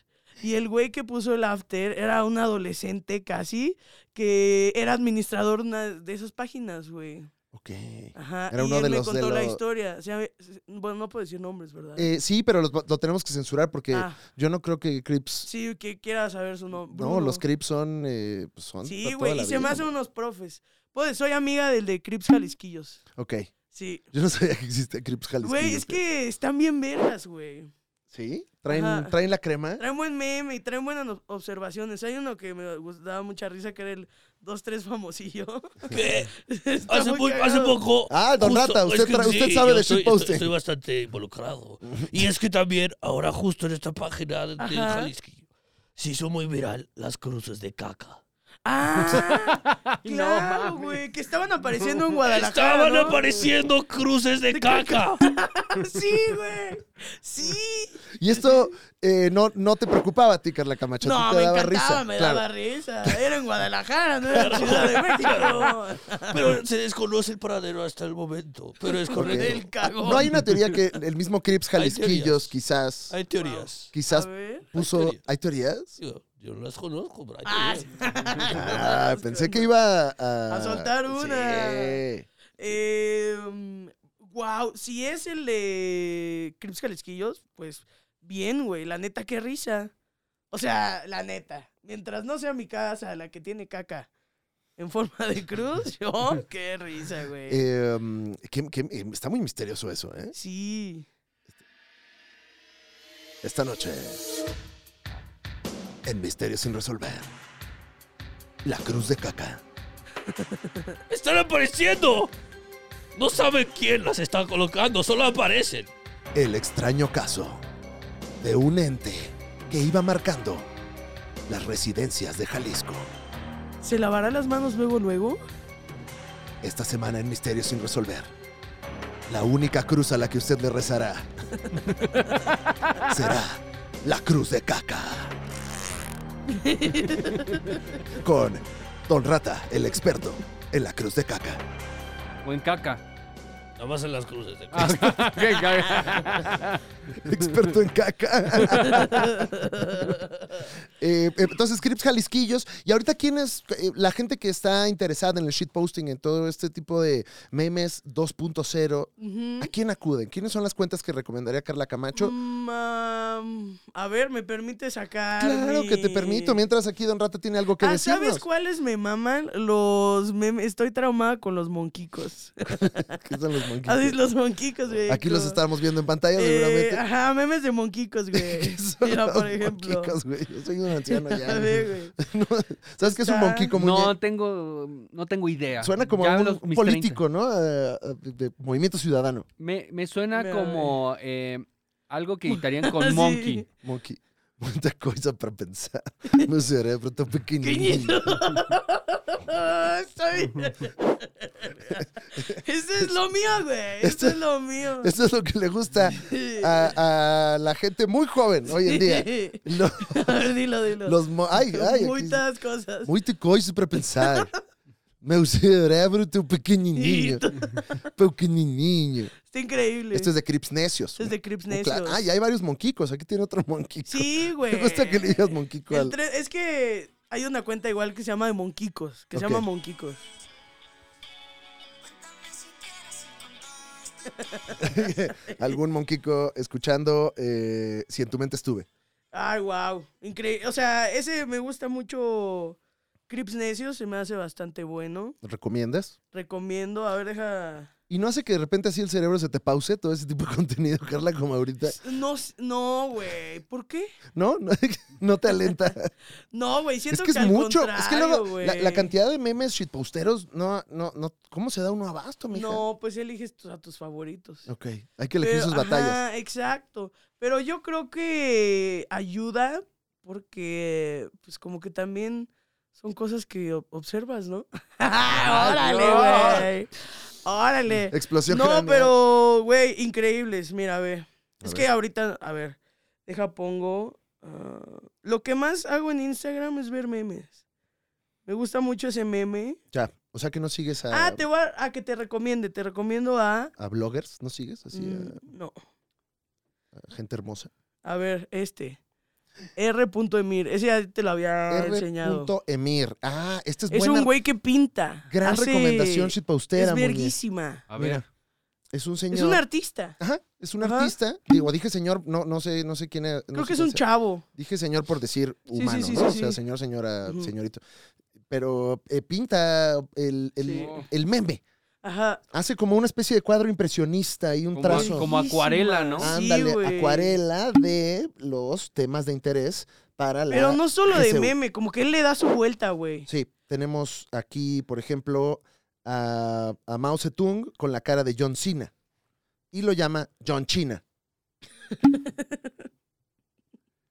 F: Y el güey que puso el after era un adolescente casi que era administrador una de esas páginas, güey.
C: ok.
F: Ajá.
C: Era
F: y
C: uno
F: él
C: de
F: me
C: los- de
F: contó la
C: los-
F: historia. O sea, bueno, no puedo decir nombres, ¿verdad?
C: Eh, sí, pero los- lo tenemos que censurar porque
F: Ah.
C: yo no creo que Crips.
F: sí, que quiera saber su nombre.
C: No, los Crips son. eh, pues son
F: Sí,
C: para toda
F: güey.
C: la
F: Y se me
C: vida,
F: hacen
C: güey.
F: unos profes. Pues soy amiga del de Crips Jalisquillos.
C: Ok.
F: Sí.
C: Yo no sabía que existe Crips Jalisco.
F: Güey, es que están bien vergas, güey.
C: ¿Sí? ¿Traen,
F: Ajá.
C: traen la crema?
F: Traen buen meme y traen buenas no- observaciones. Hay uno que me gust- daba mucha risa que era el 2-3 famosillo. *laughs*
E: ¿Qué?
F: Está
E: Hace,
F: muy
E: po- hace
F: cagado.
E: poco.
C: Ah, don Rata, usted tra- usted sabe
E: yo
C: de
E: estoy-
C: shitposting.
E: Estoy, estoy bastante involucrado. Y es que también, ahora justo en esta página de- del
F: Ajá.
E: Jalisco, se hizo muy viral las cruces de caca.
F: Ah,
C: *laughs*
D: No
F: claro,
D: mames.
F: güey. Que estaban apareciendo en Guadalajara.
E: Estaban
F: ¿no?
E: apareciendo cruces de, caca.
F: Sí, güey. Sí.
C: Y esto eh, no, no te preocupaba a ti, Carla Camacho. a ti
F: No,
C: te
F: me
C: daba
F: encantaba,
C: risa.
F: me
C: claro.
F: daba risa. Era en Guadalajara, no
E: *laughs*
F: era en Ciudad de México. *laughs*
E: Pero se desconoce el paradero hasta el momento. Pero es correcto.
F: El cagón.
C: No hay una teoría que el mismo Crips
E: Hay teorías.
C: Jalisquillos, quizás,
E: Hay teorías.
F: A
C: quizás
F: ver.
C: puso.
E: teorías.
C: ¿Hay teorías?
E: Yo, yo no las conozco, pero hay
F: Ah,
E: teorías.
F: sí. *laughs*
C: Ah, pensé que iba a. Eh,
F: A soltar una.
C: Sí.
F: wow, Em, si es el de Crips Jalisquillos, pues bien, güey. La neta, qué risa. O sea, la neta. Mientras no sea mi casa la que tiene caca en forma de cruz,
C: *laughs*
F: yo, qué risa, güey.
C: Eh, um, ¿qué- qué- eh, está muy misterioso eso, ¿eh?
F: Sí.
C: Esta noche. En Misterio sin resolver. La cruz de caca.
E: ¡Están apareciendo! No saben quién las está colocando, solo aparecen.
C: El extraño caso de un ente que iba marcando las residencias de Jalisco.
F: ¿Se lavará las manos luego, luego?
C: Esta semana en Misterio sin resolver. La única cruz a la que usted le rezará será la cruz de caca. Con Don Rata, el experto en la cruz de caca.
D: O
C: *laughs*
D: en caca.
E: Nada más en las cruces. de-
C: Ah, Experto en caca. Eh, eh, entonces, scripts jalisquillos. Y ahorita, ¿quién es eh, la gente que está interesada en el shitposting, en todo este tipo de memes 2.0?
F: Ujú.
C: ¿A quién acuden? ¿Quiénes son las cuentas que recomendaría Carla Camacho?
F: Mm, am, a ver, ¿me permite sacar?
C: Claro que te
F: mi-
C: permito, mientras aquí Don Rata tiene algo que
F: Ah,
C: decirnos.
F: ¿Sabes cuáles me maman? Los memes. Estoy traumada con los monquicos.
C: ¿Qué son los monquitos?
F: *laughs* Así los monquicos, güey.
C: Aquí los
F: como-
C: estábamos viendo en pantalla,
F: Eh,
C: *laughs* seguramente.
F: ajá, memes de
C: *laughs*
F: monquicos, güey.
C: ¿Qué son
F: Mira,
C: los
F: por ejemplo.
C: monquicos, güey? Yo soy un anciano
F: *laughs* A ver,
C: ya.
F: güey.
C: *laughs* No, ¿Sabes qué es un
F: Está-
C: monquico? muñe?
D: No tengo, no tengo idea.
C: Suena como
D: Ya
C: a un
D: los- mis
C: político, ¿no? Eh, eh, de Movimiento Ciudadano.
D: 30. Me, me suena
F: Mira,
D: como eh, algo
F: *laughs*
D: que editarían con
F: Ah, Sí.
D: Monkey.
C: *laughs* Monkey. Muita coisa para
F: *laughs*
C: pensar. Meu cérebro está pequeñito. *laughs*
F: Pequeñito. Ah, Está bien. *laughs* Eso es lo mío,
C: *laughs*
F: güey. Eso
C: Esto-
F: es lo mío. *laughs*
C: Eso es lo que le gusta a, a la gente muy joven hoy en día. Lo-
F: *laughs* A ver, dilo, dilo.
C: los mo-
F: *laughs*
C: ay, ay, aquí,
F: Muchas cosas.
C: muita coisa para pensar. Meu cérebro está
F: *laughs*
C: pequeñinho. *laughs* Pequeñinho.
F: Está increíble.
C: Esto es de Crips Necios.
F: Esto es de Crips
C: Un cla-
F: Necios.
C: Ah, y hay varios monquicos. Aquí tiene otro monquico.
F: Sí,
C: *laughs*
F: güey.
C: Me gusta que le digas monquico
F: El
C: al...
F: tre- Es que hay una cuenta igual que se llama de Monquicos, que
C: Ok.
F: se llama Monquicos.
C: algún monquico escuchando eh, Si en tu mente estuve.
F: Ay, wow. Increíble. O sea, ese me gusta mucho. Crips Necios se me hace bastante bueno.
C: ¿Recomiendas?
F: Recomiendo. A ver, deja.
C: Y no hace que de repente así el cerebro se te pause todo ese tipo de *laughs* contenido, Carla, como ahorita.
F: No, s- no, güey. ¿Por qué?
C: ¿No? *laughs* No, no te alenta.
F: *laughs* No, güey. Siento
C: es que es
F: al
C: mucho. Es que luego
F: contrario,
C: la, la
F: güey.
C: cantidad de memes shitposteros, no, no, no. ¿Cómo se da uno abasto, mija?
F: No, pues eliges tus- a tus favoritos.
C: Ok. Hay que elegir
F: Pero-
C: sus batallas.
F: ajá, exacto. Pero yo creo que ayuda porque, pues, como que también son cosas que ob- observas, ¿no? *laughs* ¡Órale, güey! ¡Órale!
C: Explosión
F: No,
C: craneal.
F: pero, güey, increíbles. Mira, a ver.
C: A ver.
F: es que ahorita, a ver, deja pongo. ah, lo que más hago en Instagram es ver memes. Me gusta mucho ese meme.
C: Ya. O sea que no sigues a,
F: Ah, te voy a, a que te recomiende. Te recomiendo a.
C: a bloggers, ¿no sigues? Así
F: mm, no.
C: a, a gente hermosa.
F: A ver, este. R.Emir. Ese ya te lo había Ah, enseñado.
C: R.Emir. Ah, este es,
F: Es
C: buena.
F: un güey que pinta.
C: gran
F: Hace-
C: recomendación shitpostera,
F: Es
C: muñe.
F: verguísima.
D: A ver,
C: Mira. Es un señor.
F: Es un artista.
C: Ajá, es un
F: Ajá.
C: artista. Digo, dije señor, no, no sé, no sé quién es. no
F: Creo
C: sé
F: que es
C: quién
F: un
C: sea.
F: chavo.
C: Dije señor por decir
F: sí,
C: humano,
F: sí,
C: ¿no?
F: sí,
C: O sea,
F: sí.
C: señor, señora,
F: Ujú.
C: señorito. Pero eh, pinta el, el-
D: Sí.
C: el meme.
F: Ajá.
C: Hace como una especie de cuadro impresionista y un
D: como,
C: trazo.
D: como acuarela, ¿no?
F: Ah, sí,
C: Ándale,
F: güey.
C: acuarela de los temas de interés para la.
F: Pero no solo de
C: GCU.
F: meme, como que él le da su vuelta, güey.
C: Sí, tenemos aquí, por ejemplo, a, a Mao Zedong con la cara de John Cena. Y lo llama John
F: *laughs*
C: China.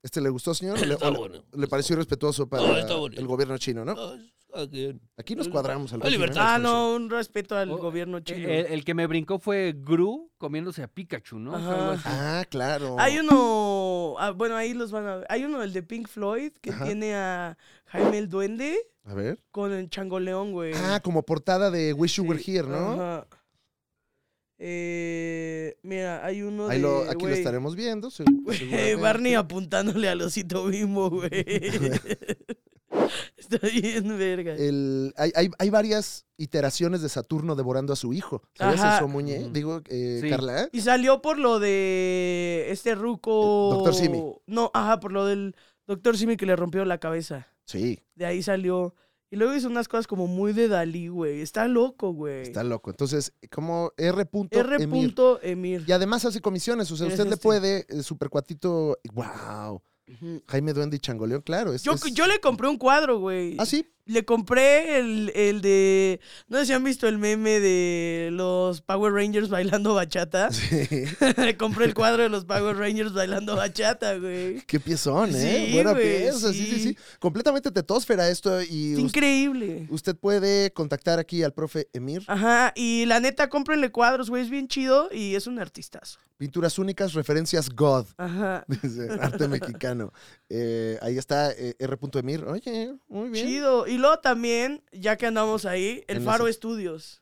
C: ¿Este le gustó, señor? ¿O le,
E: Está
C: o le-
E: bueno.
C: le pareció irrespetuoso para
E: No, está bonito.
C: el gobierno chino, no?
E: No, es- cada quien.
C: Aquí nos cuadramos al ¿eh?
E: La
C: régimen,
E: libertad.
F: Ah,
C: ¿no?
F: no, un respeto al
D: Oh,
F: gobierno chino.
D: El, el que me brincó fue Gru comiéndose a Pikachu, ¿no? O sea, algo
F: Ajá.
D: así.
C: Ah, claro.
F: Hay uno, ah, bueno, ahí los van a ver. Hay uno, el de Pink Floyd, que
C: Ajá.
F: tiene a Jaime el Duende
C: A ver.
F: con el changoleón, güey.
C: Ah, como portada de Wish You Were
F: Sí,
C: Here, ¿no?
F: ajá. Eh, mira, hay uno
C: Ahí
F: de,
C: lo- aquí lo
F: güey, *laughs*
C: estaremos ¿eh? viendo. se-
F: güey,
C: seguramente.
F: Barney apuntándole al osito bimbo, güey.
C: *laughs*
F: *laughs* Está bien, verga.
C: El- hay, hay- hay varias iteraciones de Saturno devorando a su hijo. ¿Sabías
F: Ajá.
C: eso, Muñe?
D: Ujú.
C: Digo, eh,
D: Sí.
C: Carla. ¿eh?
F: Y salió por lo de este ruco.
C: El Dr. Simi.
F: No, ajá, por lo del doctor Simi que le rompió la cabeza.
C: Sí,
F: De ahí salió. Y luego hizo unas cosas como muy de Dalí, güey. Está loco, güey.
C: está loco. Entonces, como R. punto
F: R.
C: Emir.
F: Emir. Emir.
C: Y además hace comisiones. O sea,
F: Eres
C: usted le
F: este.
C: puede, eh, supercuatito. ¡Wow!
F: Ujú.
C: Jaime Duende y Changoleón, claro. Es,
F: Yo,
C: es-
F: yo le compré un cuadro, güey.
C: Ah,
F: *laughs*
C: sí.
F: Le compré el, el de. No sé si han visto el meme de los Power Rangers
C: *laughs*
F: bailando bachata. *laughs*
C: Sí.
F: Le compré el cuadro de los Power Rangers bailando bachata, güey.
C: Qué piezón, ¿eh?
F: Sí,
C: Buena
F: güey,
C: pieza, sí, sí,
F: sí.
C: sí. Completamente tetosfera esto y
F: Es
C: us-
F: increíble.
C: usted puede contactar aquí al profe Emir.
F: Ajá, y la neta, cómprenle cuadros, güey. Es bien chido y es un artistazo.
C: Pinturas únicas, referencias God. *laughs*
F: Ajá.
C: Dice, arte mexicano. Eh, ahí está eh, R.Emir. Oye, muy bien.
F: Chido. Y luego también, ya que andamos ahí, el
C: En
F: Faro
C: ese-
F: Estudios.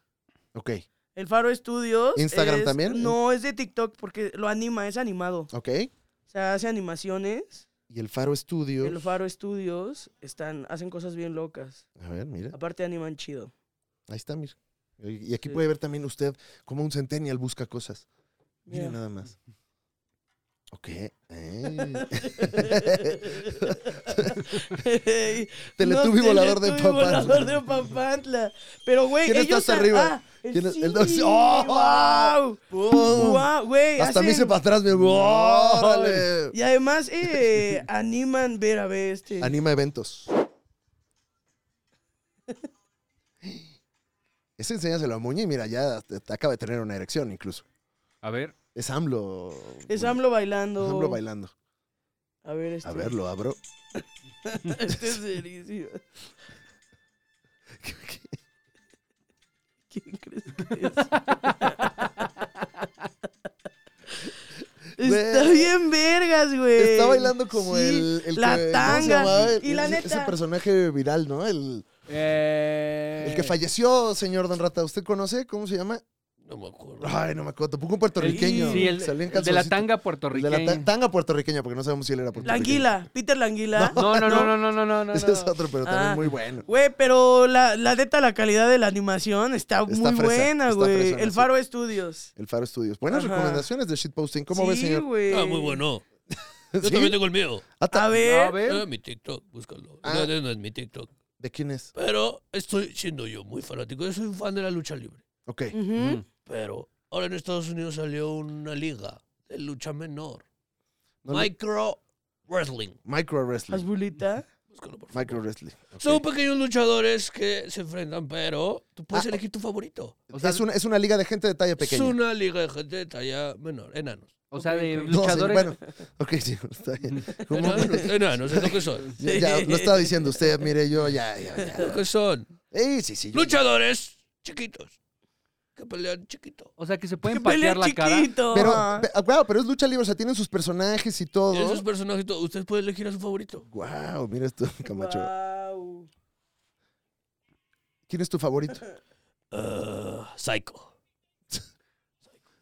C: Ok,
F: El Faro Estudios.
C: ¿Instagram
F: es-
C: también?
F: No, es de TikTok porque lo anima, es animado.
C: ok.
F: O sea, hace animaciones.
C: Y el Faro Studios.
F: El Faro Estudios están, hacen cosas bien locas.
C: A ver, mira.
F: Aparte animan chido.
C: Ahí está, mira. Y y aquí
F: Sí.
C: puede ver también usted cómo un centennial busca cosas. Mire
F: *laughs* Mira.
C: nada más. Ok. eh.
F: *laughs*
C: Teletubi
F: Unos
C: volador de
F: Teletubby
C: Papantla.
F: volador de Papantla. Pero, güey,
C: ¿Quién está
F: ellos...
C: hasta arriba?
F: ah, el
C: ¿Quién es- el
F: sí,
C: dos- ¡Oh!
F: ¡Guau!
C: ¡Pum!
F: ¡Guau, güey!
C: Hasta me hice
F: hacen-
C: para atrás, me. ¡Órale!
F: Y además eh, *laughs* animan ver a ver este.
C: Anima
F: *laughs*
C: eventos. Ese enséñaselo a Muñe y mira, ya te, te acaba de tener una erección incluso.
D: A ver.
C: Es AMLO.
F: es
C: Muñe.
F: AMLO bailando.
C: Es AMLO bailando.
F: A ver este.
C: A ver, lo abro.
F: *laughs* este es serísimo. ¿Quién crees que es? *laughs* Está
C: Güey.
F: bien vergas, güey.
C: Está bailando como
F: Eh, Sí,
C: el, el
F: la
C: que- ¿cómo se
F: tanga.
C: llamaba? El-
F: y la
C: ese-
F: neta.
C: Ese personaje viral, ¿no? El,
D: Eh,
C: el que falleció, señor Don Rata. ¿Usted conoce? ¿Cómo se llama?
E: No me acuerdo.
C: Ay, no me acuerdo. Tampoco un puertorriqueño.
D: Sí, el,
C: Salía en
D: el de la
C: calzoncito.
D: tanga
C: El de la
D: puertorriqueña.
C: ta- tanga puertorriqueña, porque no sabemos si él era
F: la
C: puertorriqueño.
F: anguila, Peter la anguila.
D: No, no, no, no, no, no, no. no.
C: Ese es otro, pero también
F: Ah.
C: muy bueno.
F: Güey, pero la, la neta, la calidad de la animación está,
C: Está
F: muy
C: fresa,
F: buena,
C: está
F: güey.
C: fresona,
F: El
C: sí.
F: Faro Studios.
C: El Faro Studios. Buenas
F: Ajá.
C: recomendaciones de shitposting. ¿Cómo
F: sí,
C: ves, señor?
F: güey.
E: Ah, muy bueno. Yo
C: ¿Sí?
E: también tengo el mío.
C: Ah, ta-
F: A
D: A
F: ver,
E: Ah,
D: ver.
E: mi TikTok, búscalo.
C: Ah.
E: No, no es mi TikTok.
C: ¿De quién es?
E: Pero estoy siendo yo muy fanático. Yo soy un fan de la lucha libre.
C: Ok.
F: Ujú.
E: Pero ahora en Estados Unidos salió una liga de lucha menor.
C: No, no.
E: Micro Wrestling.
C: Micro Wrestling.
F: las bulitas.
E: Búscalo, por favor.
C: Micro Wrestling. Ok.
E: Son pequeños luchadores que se enfrentan, pero tú puedes
C: Ah.
E: elegir tu favorito.
D: O sea,
C: es, una, es una liga de gente de talla pequeña.
E: Es una liga de gente de talla menor, enanos.
D: o sea, de
C: No, sí,
D: luchadores.
C: bueno, ok, sí, *laughs* está bien. ¿Cómo?
E: Enanos, enanos, es lo que son.
C: *laughs* Ya, ya, lo estaba diciendo usted, mire, yo ya, ya,
E: Lo
C: ya.
E: que son.
C: Ey, sí, sí. yo-
E: Luchadores chiquitos. Que pelean chiquito.
D: O sea, que se
F: Que
D: pueden
F: pelea
D: patear la cara.
F: chiquito.
C: Pero,
F: Ajá.
C: pe- ah, guau, pero es lucha libre, o sea, tienen sus personajes y todo.
E: Esos personajes, to- usted puede elegir a su favorito.
C: Guau, mira esto, *laughs* Camacho.
F: Guau.
C: ¿Quién es tu favorito?
E: Ah, Psycho.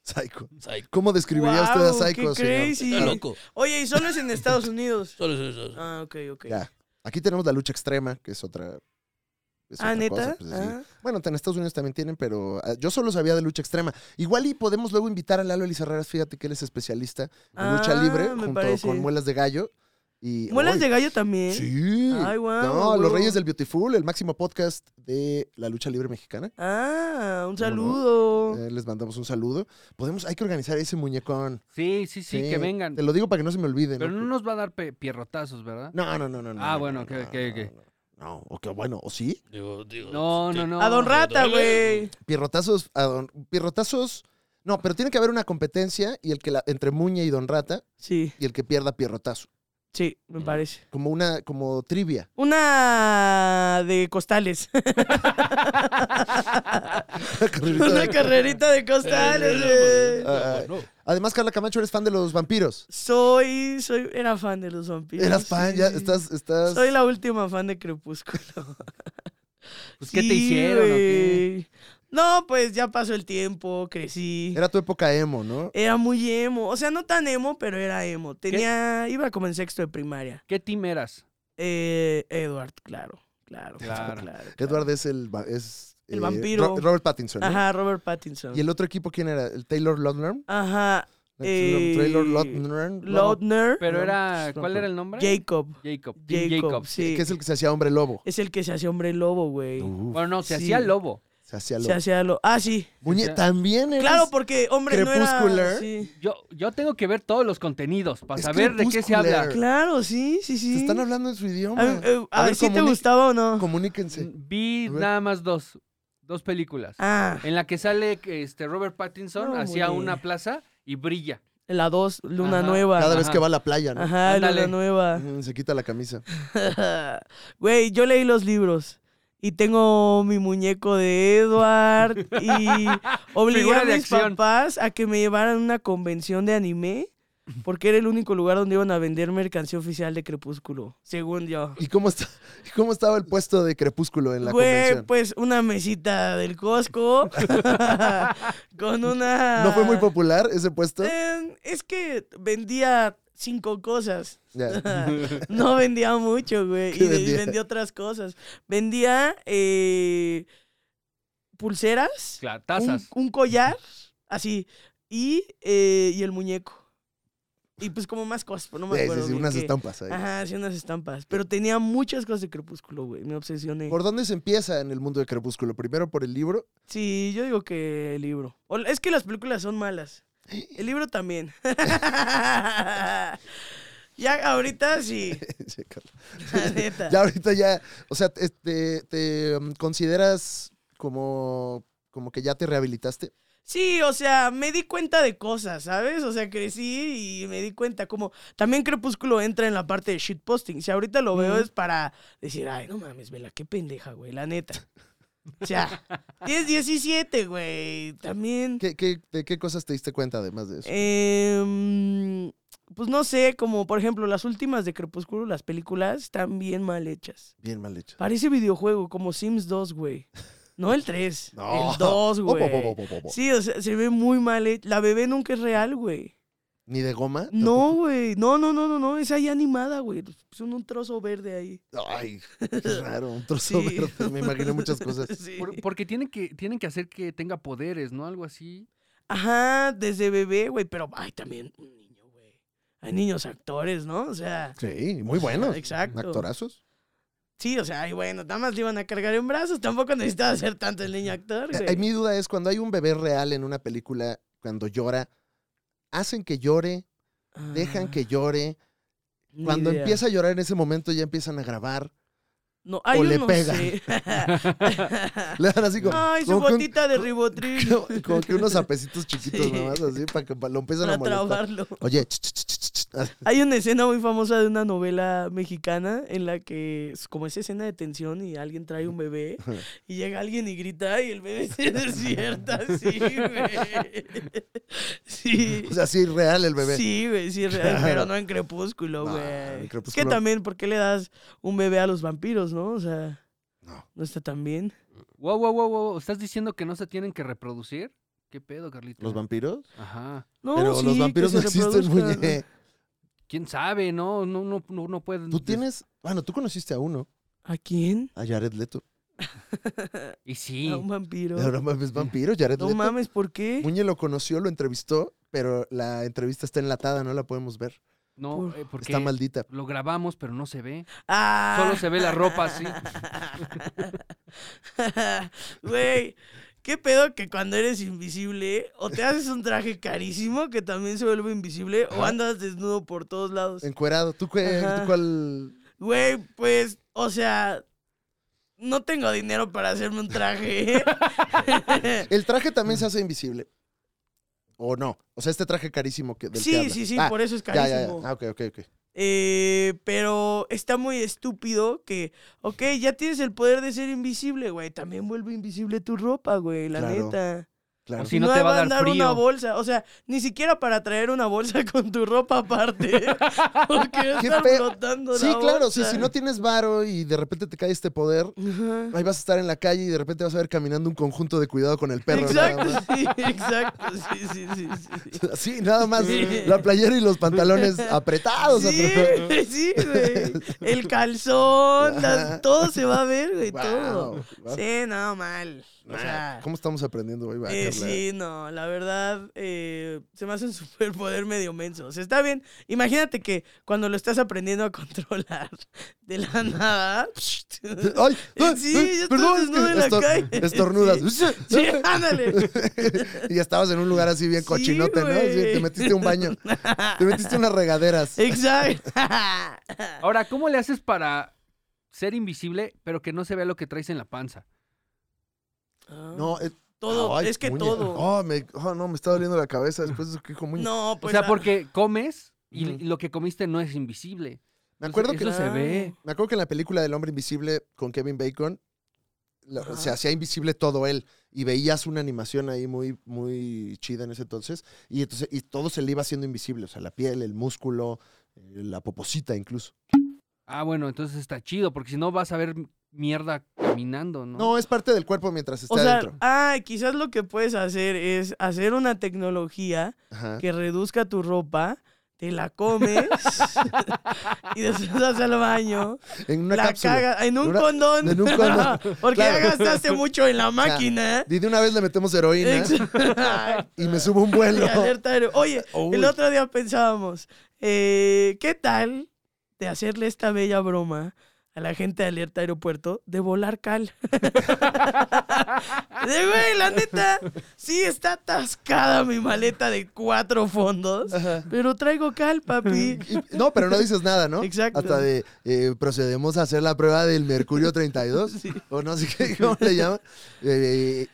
C: Psycho.
E: Psycho.
C: ¿Cómo describiría usted a
F: Guau,
C: Psycho,
F: qué
C: señor?
F: crazy.
E: Está loco.
F: Oye, y solo es en Estados Unidos.
E: Solo es eso.
F: Ah, ok, ok.
C: Ya. Aquí tenemos la lucha extrema, que es otra. es otra
F: ah, neta.
C: cosa, pues, sí.
F: Ah.
C: Bueno, en Estados Unidos también tienen, pero ah, yo solo sabía de lucha extrema. Igual y podemos luego invitar a Lalo Elizarreras, fíjate que él es especialista en lucha
F: Ah,
C: libre,
F: me
C: junto
F: parece.
C: con Muelas de Gallo. Y,
F: Muelas
C: ¡Ay!
F: de gallo también.
C: Sí.
F: Ay, guau,
C: No,
F: huevo.
C: Los Reyes del Beautiful, el máximo podcast de la lucha libre mexicana.
F: Ah,
C: ¿Cómo
F: un
C: no?
F: saludo.
C: Eh, les mandamos un saludo. Podemos, hay que organizar ese muñecón.
D: Sí, sí, sí, que vengan.
C: Te lo digo para que no se me olvide.
D: Pero
C: ¿no?
D: no nos va a dar pe- pierrotazos, ¿verdad?
C: No, no, no, no. no,
D: Ah,
C: no,
D: bueno,
C: no,
D: que-
C: no,
D: que-
C: no,
D: que-
C: No, no, o que bueno, o sí.
E: Digo, digo,
D: No,
E: sí.
D: no, no.
F: a Don Rata,
E: Dale.
F: güey.
C: Pierrotazos, a don, pierrotazos. No, pero tiene que haber una competencia y el que la, entre Muñe y Don Rata
F: Sí,
C: y el que pierda pierrotazo.
F: sí,
C: Mm.
F: me parece.
C: Como una, como trivia.
F: Una
C: *laughs*
F: de costales. Una carrerita
C: Eh,
F: de costales, güey.
C: *laughs* Ah,
E: No, no.
C: Además, Carla Camacho, eres fan de los vampiros.
F: Soy, soy, era fan de los vampiros.
C: Eras fan, ya
F: sí.
C: estás, estás.
F: Soy la última fan de Crepúsculo.
D: Pues, ¿qué te
F: Sí,
D: hicieron o qué?
F: güey. No, pues ya pasó el tiempo, crecí. Era,
C: Era tu época emo, ¿no?
F: muy emo. O sea, no tan emo, pero era emo. Tenía, iba como en sexto de primaria.
D: ¿Qué team eras?
F: Eh, Edward, claro, claro, claro,
D: Claro.
F: claro.
C: Edward es el va- es eh,
F: El vampiro.
C: Ro- Robert Pattinson. ¿no?
F: Ajá, Robert Pattinson.
C: Y el otro equipo quién era? El Taylor Lautner.
F: Ajá, Eh,
C: Taylor Lautner.
F: Lautner,
D: Pero
C: No,
D: era,
C: pues, no,
D: ¿cuál
C: pero-
D: era el nombre?
F: Jacob.
D: Jacob. Team
F: Jacob,
D: Jacob.
F: sí.
C: Que es el que se hacía hombre lobo.
F: Es el que se hacía hombre lobo, güey.
C: Uf.
D: Bueno, no, se
F: Sí.
D: hacía lobo.
C: Se hacía lo.
F: Se hacía lo. Ah, sí.
C: Muñe- También eres.
F: Claro, porque, hombre, no era.
C: Crepuscular.
F: Sí.
D: Yo, yo tengo que ver todos los contenidos para
C: Es
D: saber de qué se
C: crepuscular.
D: habla.
F: Claro, sí, sí, sí.
C: Te están hablando en su idioma.
F: A, ver, eh, a
C: A
F: ver
C: ver,
F: si te
C: comunica-
F: gustaba o no.
C: Comuníquense.
F: Mm,
D: Mm, Vi
C: A ver.
D: nada más dos. Dos películas.
F: Ah,
D: En la que sale este Robert Pattinson
F: No,
D: hacia
F: güey.
D: una plaza y brilla.
F: la 2, Luna
D: Ajá.
F: Nueva.
C: Cada vez
D: Ajá.
C: que va a la playa, ¿no?
F: Ajá,
D: Ándale.
F: Luna
C: *laughs*
F: Nueva.
C: Mm, Se quita la camisa.
F: Güey, yo leí los libros. Y tengo mi muñeco de Edward.
D: *laughs*
F: Y obligué
D: Figura
F: a
D: de
F: mis
D: acción.
F: papás a que me llevaran a una convención de anime. Porque era el único lugar donde iban a vender mercancía oficial de Crepúsculo. Según yo.
C: ¿Y cómo, está, *laughs* y cómo estaba el puesto de Crepúsculo en la
F: Güey,
C: convención?
F: pues una mesita
C: *laughs*
F: del Costco. *laughs* con una.
C: ¿No fue muy popular ese puesto?
F: Eh, es que vendía cinco cosas.
C: Ya.
F: *laughs* no vendía mucho, güey. Y,
C: ¿Qué
F: de- y
C: vendía?
F: vendía otras cosas. Vendía eh, pulseras,
D: Claro,
F: un,
D: tazas.
F: un collar, así, y, eh, y el muñeco. Y pues como más cosas, pero no me
C: Sí, sí,
F: acuerdo.
C: sí,
F: bien
C: unas
F: qué.
C: estampas ahí.
F: Ajá, sí, unas estampas. Pero tenía muchas cosas de Crepúsculo, güey. Me obsesioné.
C: ¿Por dónde se empieza en el mundo de Crepúsculo? Primero por el libro. *laughs*
F: Sí, yo digo que el libro. O- es que las películas son malas. El libro
C: *laughs*
F: también. *laughs* ya ahorita sí.
C: Sí, Carlos.
F: La neta.
C: ya ahorita ya, o sea, te, te- te, mm, consideras como, como que ya te rehabilitaste.
F: Sí, o sea, me di cuenta de cosas, ¿sabes? O sea, crecí y me di cuenta como también Crepúsculo entra en la parte de shitposting. Si ahorita lo veo es para decir, ay, no mames, vela, qué pendeja, güey, la neta.
C: *laughs*
F: O sea, tienes 17, güey, también.
C: ¿Qué, qué, de qué cosas te diste cuenta además de eso?
F: Eh, Em, pues no sé, como por ejemplo las últimas de Crepúsculo, las películas están bien mal hechas.
C: Bien mal hecho.
F: Parece videojuego, como Sims 2, güey. No el 3,
C: No. Oh,
F: el
C: *laughs*
F: 2,
C: Bo, bo,
F: güey.
C: bo, bo, bo, bo.
F: Sí, o sea, se ve muy mal hecha. La bebé nunca es real, güey.
C: ¿Ni de goma?
F: No, güey. No, no, no, no, no. Es ahí animada, güey. Son un trozo verde ahí.
C: Tampoco. Ay, qué *laughs* raro, un trozo
F: Sí.
C: verde. Me imaginé muchas cosas.
F: *laughs* Sí.
D: Por- porque tienen que, tienen que hacer que tenga poderes, ¿no? Algo así.
F: Ajá, desde bebé, güey. Pero hay también un niño, güey. Hay niños actores, ¿no? O sea.
C: Sí, muy buenos.
F: Exacto.
C: Actorazos.
F: Sí, o sea, ay, bueno, nada más le iban a cargar en brazos. Tampoco necesitaba hacer tanto el niño actor,
C: Eh,
F: güey.
C: eh, mi duda es, cuando hay un bebé real en una película, cuando llora, ¿hacen que llore? ¿Dejan
F: Ah,
C: que llore?
F: ni
C: Cuando
F: idea.
C: empieza a llorar en ese momento ya empiezan a grabar. *laughs*
F: No, ay,
C: o
F: yo
C: le
F: no
C: pega. *laughs*
F: sé.
C: Le dan así como,
F: ay, su
C: como que un-
F: gotita de ribotril
C: *laughs* como- como que unos apecitos chiquitos
F: Sí.
C: nomás, así, para que pa- lo empiezan a
F: para
C: molestar.
F: trabarlo.
C: Oye, ch, ch, ch, ch, ch, ah,
F: Hay una escena muy famosa de una novela mexicana en la que es como esa escena de tensión y alguien trae
C: *laughs*
F: un bebé y llega alguien y grita y el bebé se despierta así,
C: *laughs*
F: güey. Sí.
C: o sea, sí, real el bebé.
F: Sí, güey, sí, es real,
C: Claro.
F: pero no en Crepúsculo,
C: No,
F: güey.
C: en
F: Es que
C: Crepúsculo-
F: también, ¿por qué le das un bebé a los vampiros, no? O sea,
C: No.
F: no está tan bien.
D: Wow, wow, wow, wow. ¿Estás diciendo que no se tienen que reproducir? ¿Qué pedo, Carlitos?
C: ¿Los vampiros?
D: Ajá.
F: No,
C: Pero
F: sí,
C: los
F: que
C: vampiros
F: se
C: no existen,
F: reproduzcan.
C: muñe.
D: ¿Quién sabe? No, no, no, no, no pueden.
C: Tú tienes, bueno, tú conociste a uno,
F: ¿A quién?
C: a Jared Leto.
D: Y sí.
F: A un vampiro.
C: Ahora mames, vampiro, Jared
F: No
C: Leto.
F: mames, ¿por qué?
C: Muñe lo conoció, lo entrevistó, pero la entrevista está enlatada, no la podemos ver.
D: No,
F: Por-
D: eh, porque
C: Está maldita.
D: lo grabamos, pero no se ve.
F: Ah.
D: Solo se ve la ropa así.
F: *laughs* Güey, qué pedo que cuando eres invisible o te haces un traje carísimo que también se vuelve invisible o andas desnudo por todos lados.
C: Encuerado. ¿Tú, qué,
F: Ajá.
C: tú cuál?
F: Güey, pues, o sea, no tengo dinero para hacerme
C: *laughs*
F: un traje.
C: El traje
F: Mm.
C: también se hace invisible. ¿O no? O sea, este traje carísimo que, del que
F: sí,
C: hablas.
F: sí, sí,
C: Ah,
F: por eso es
C: ya,
F: carísimo.
C: ya, ya. Ah, ok, ok, ok.
F: Eh, pero está muy estúpido que, ok, ya tienes el poder de ser invisible, güey. También vuelve invisible tu ropa, güey, la
C: Claro.
F: neta.
C: Claro.
D: O si no te va a dar frío.
F: una bolsa. O sea, ni siquiera para traer una bolsa *laughs* con tu ropa aparte. Porque
C: *laughs*
F: va a
C: Qué
F: estar
C: pe-
F: flotando
C: Sí,
F: la
C: claro, sí,
F: bolsa.
C: si no tienes varo y de repente te cae este poder,
F: *laughs* Mm. Ajá.
C: ahí vas a estar en la calle y de repente vas a ver caminando un conjunto de cuidado con el perro.
F: exacto,
C: nada
F: sí, exacto. Sí, sí, sí. sí, sí.
C: más. Sí, nada más
F: Sí.
C: la playera y los pantalones apretados.
F: Sí,
C: apretados.
F: güey, sí, güey. El calzón, las-
C: Ajá.
F: todo se va a ver, güey,
C: Guau,
F: todo.
C: guau.
F: Sí, no, mal. O sea,
C: Ah, ¿Cómo estamos aprendiendo hoy? va,
F: eh,
C: Carla?
F: sí, no, la verdad, eh, se me hace un *laughs* superpoder medio menso. O sea, está bien. Imagínate que cuando lo estás aprendiendo a controlar *laughs* de la
C: *laughs*
F: nada.
C: Ay, ay,
F: Sí,
C: ay,
F: ya estás
C: perdón, es
F: desnudo
C: que
F: en la
C: estor-
F: calle.
C: Estornudas.
F: *laughs* Sí, ándale.
C: y estabas en un lugar así *laughs* bien
F: Sí,
C: cochinote, ¿no?
F: güey.
C: Sí, te metiste a un baño.
F: *laughs*
C: Te metiste unas regaderas. *laughs*
F: Exacto. Ah,
E: Ah.
D: Ahora, ¿cómo le haces para ser invisible, pero que no se vea lo que traes en la panza?
C: No, es,
F: Todo,
C: ay,
F: es que
C: muñe-
F: todo.
C: Oh, me- oh, no, me está doliendo la cabeza después de eso que dijo Muñe.
F: No, pues.
D: o
F: ah,
D: sea, porque comes y
C: Ujú.
D: lo que comiste no es invisible.
C: Me acuerdo que
D: Eso se ve.
C: Me acuerdo que en la película del hombre invisible con Kevin Bacon la-
F: Ajá.
C: se hacía invisible todo él y veías una animación ahí muy, muy chida en ese entonces y, entonces, y todo se le iba haciendo invisible, o sea, la piel, el músculo, eh, la poposita incluso.
D: Ah, bueno, entonces está chido, porque si no vas a ver mierda caminando, ¿no?
C: No, es parte del cuerpo mientras está
F: O sea,
C: adentro.
F: ah, quizás lo que puedes hacer es hacer una tecnología
C: Ajá.
F: que reduzca tu ropa, te la
C: *laughs*
F: comes y después vas al baño,
C: En una
F: la
C: cápsula.
F: cagas en un
C: Una-
F: condón.
C: en un condón,
F: *laughs* Porque
C: claro.
F: ya gastaste mucho
C: *laughs*
F: en la máquina.
C: Y de una vez le metemos heroína *laughs*
F: Exacto.
C: y me subo a un
F: *laughs*
C: vuelo.
F: Y alerta aero- Oye,
C: Uy.
F: el otro día pensábamos, eh, ¿qué tal de hacerle esta bella broma a la gente de Alerta Aeropuerto de volar cal? *laughs* de güey, la neta, sí está atascada mi maleta de cuatro fondos, pero traigo cal,
C: *laughs* Y-
F: papi.
C: no, pero no dices nada, ¿no?
F: Exacto.
C: Hasta de eh, procedemos a hacer la prueba del mercurio 32 o no sé qué, cómo le llaman. Eh,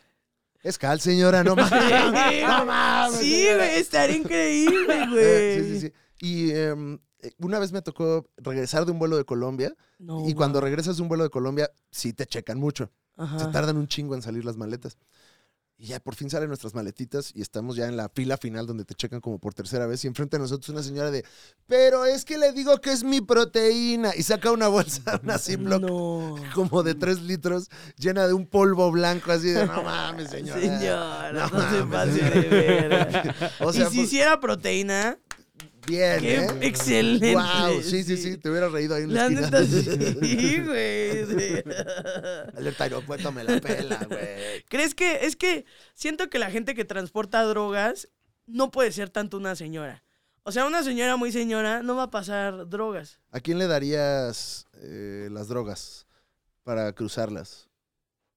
C: es cal, señora,
F: *laughs*
C: no mames. Ah, No mames,
F: Sí,
C: señora.
F: güey, estaría increíble,
C: Eh, sí,
F: güey.
C: sí, sí. Y em, eh, una vez me tocó regresar de un vuelo de Colombia
F: No,
C: y cuando regresas de un vuelo de Colombia sí te checan mucho.
F: ajá.
C: Se tardan un chingo en salir las maletas. Y ya por fin salen nuestras maletitas y estamos ya en la fila final donde te checan como por tercera vez. Y enfrente de nosotros una señora de, pero es que le digo que es mi proteína. Y saca una
F: *laughs*
C: bolsa, una Ziploc
F: No.
C: como de tres litros, llena de un polvo blanco así de, *laughs* no mames, señora.
F: Señora,
C: No
F: no, se
C: mames.
F: pase de verga.
C: O sea,
F: y si
C: pues,
F: hiciera proteína,
C: bien,
F: qué
C: ¿eh?
F: excelente.
C: Wow, sí, sí, sí, te hubiera reído ahí en la,
F: La
C: esquina.
F: neta sí,
C: *laughs*
F: güey. sí. *laughs*
C: Alerta aeropuerto me la pela, güey.
F: ¿Crees que es que siento que la gente que transporta drogas no puede ser tanto una señora? O sea, una señora muy señora no va a pasar drogas.
C: ¿A quién le darías eh, las drogas para cruzarlas?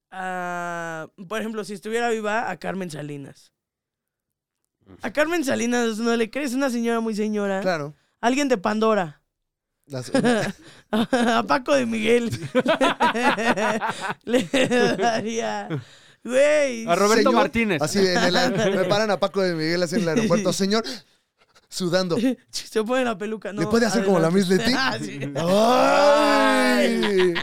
F: Ah, por ejemplo, si estuviera viva, a Carmen Salinas. A Carmen Salinas no le crees una señora muy señora.
C: Claro.
F: Alguien de Pandora. *laughs*
C: Las,
F: a Paco de Miguel. *laughs* le daría. Güey.
D: A Roberto
C: Señor,
D: Martínez. *laughs*
C: Así de, en el aer- me paran a Paco de Miguel así en
F: *laughs*
C: el aeropuerto, señor, sudando.
F: Se pone la peluca, ¿no?
C: ¿Le puede hacer como la Miss Leti?
F: *laughs* Ah, sí.
C: ¡Ay!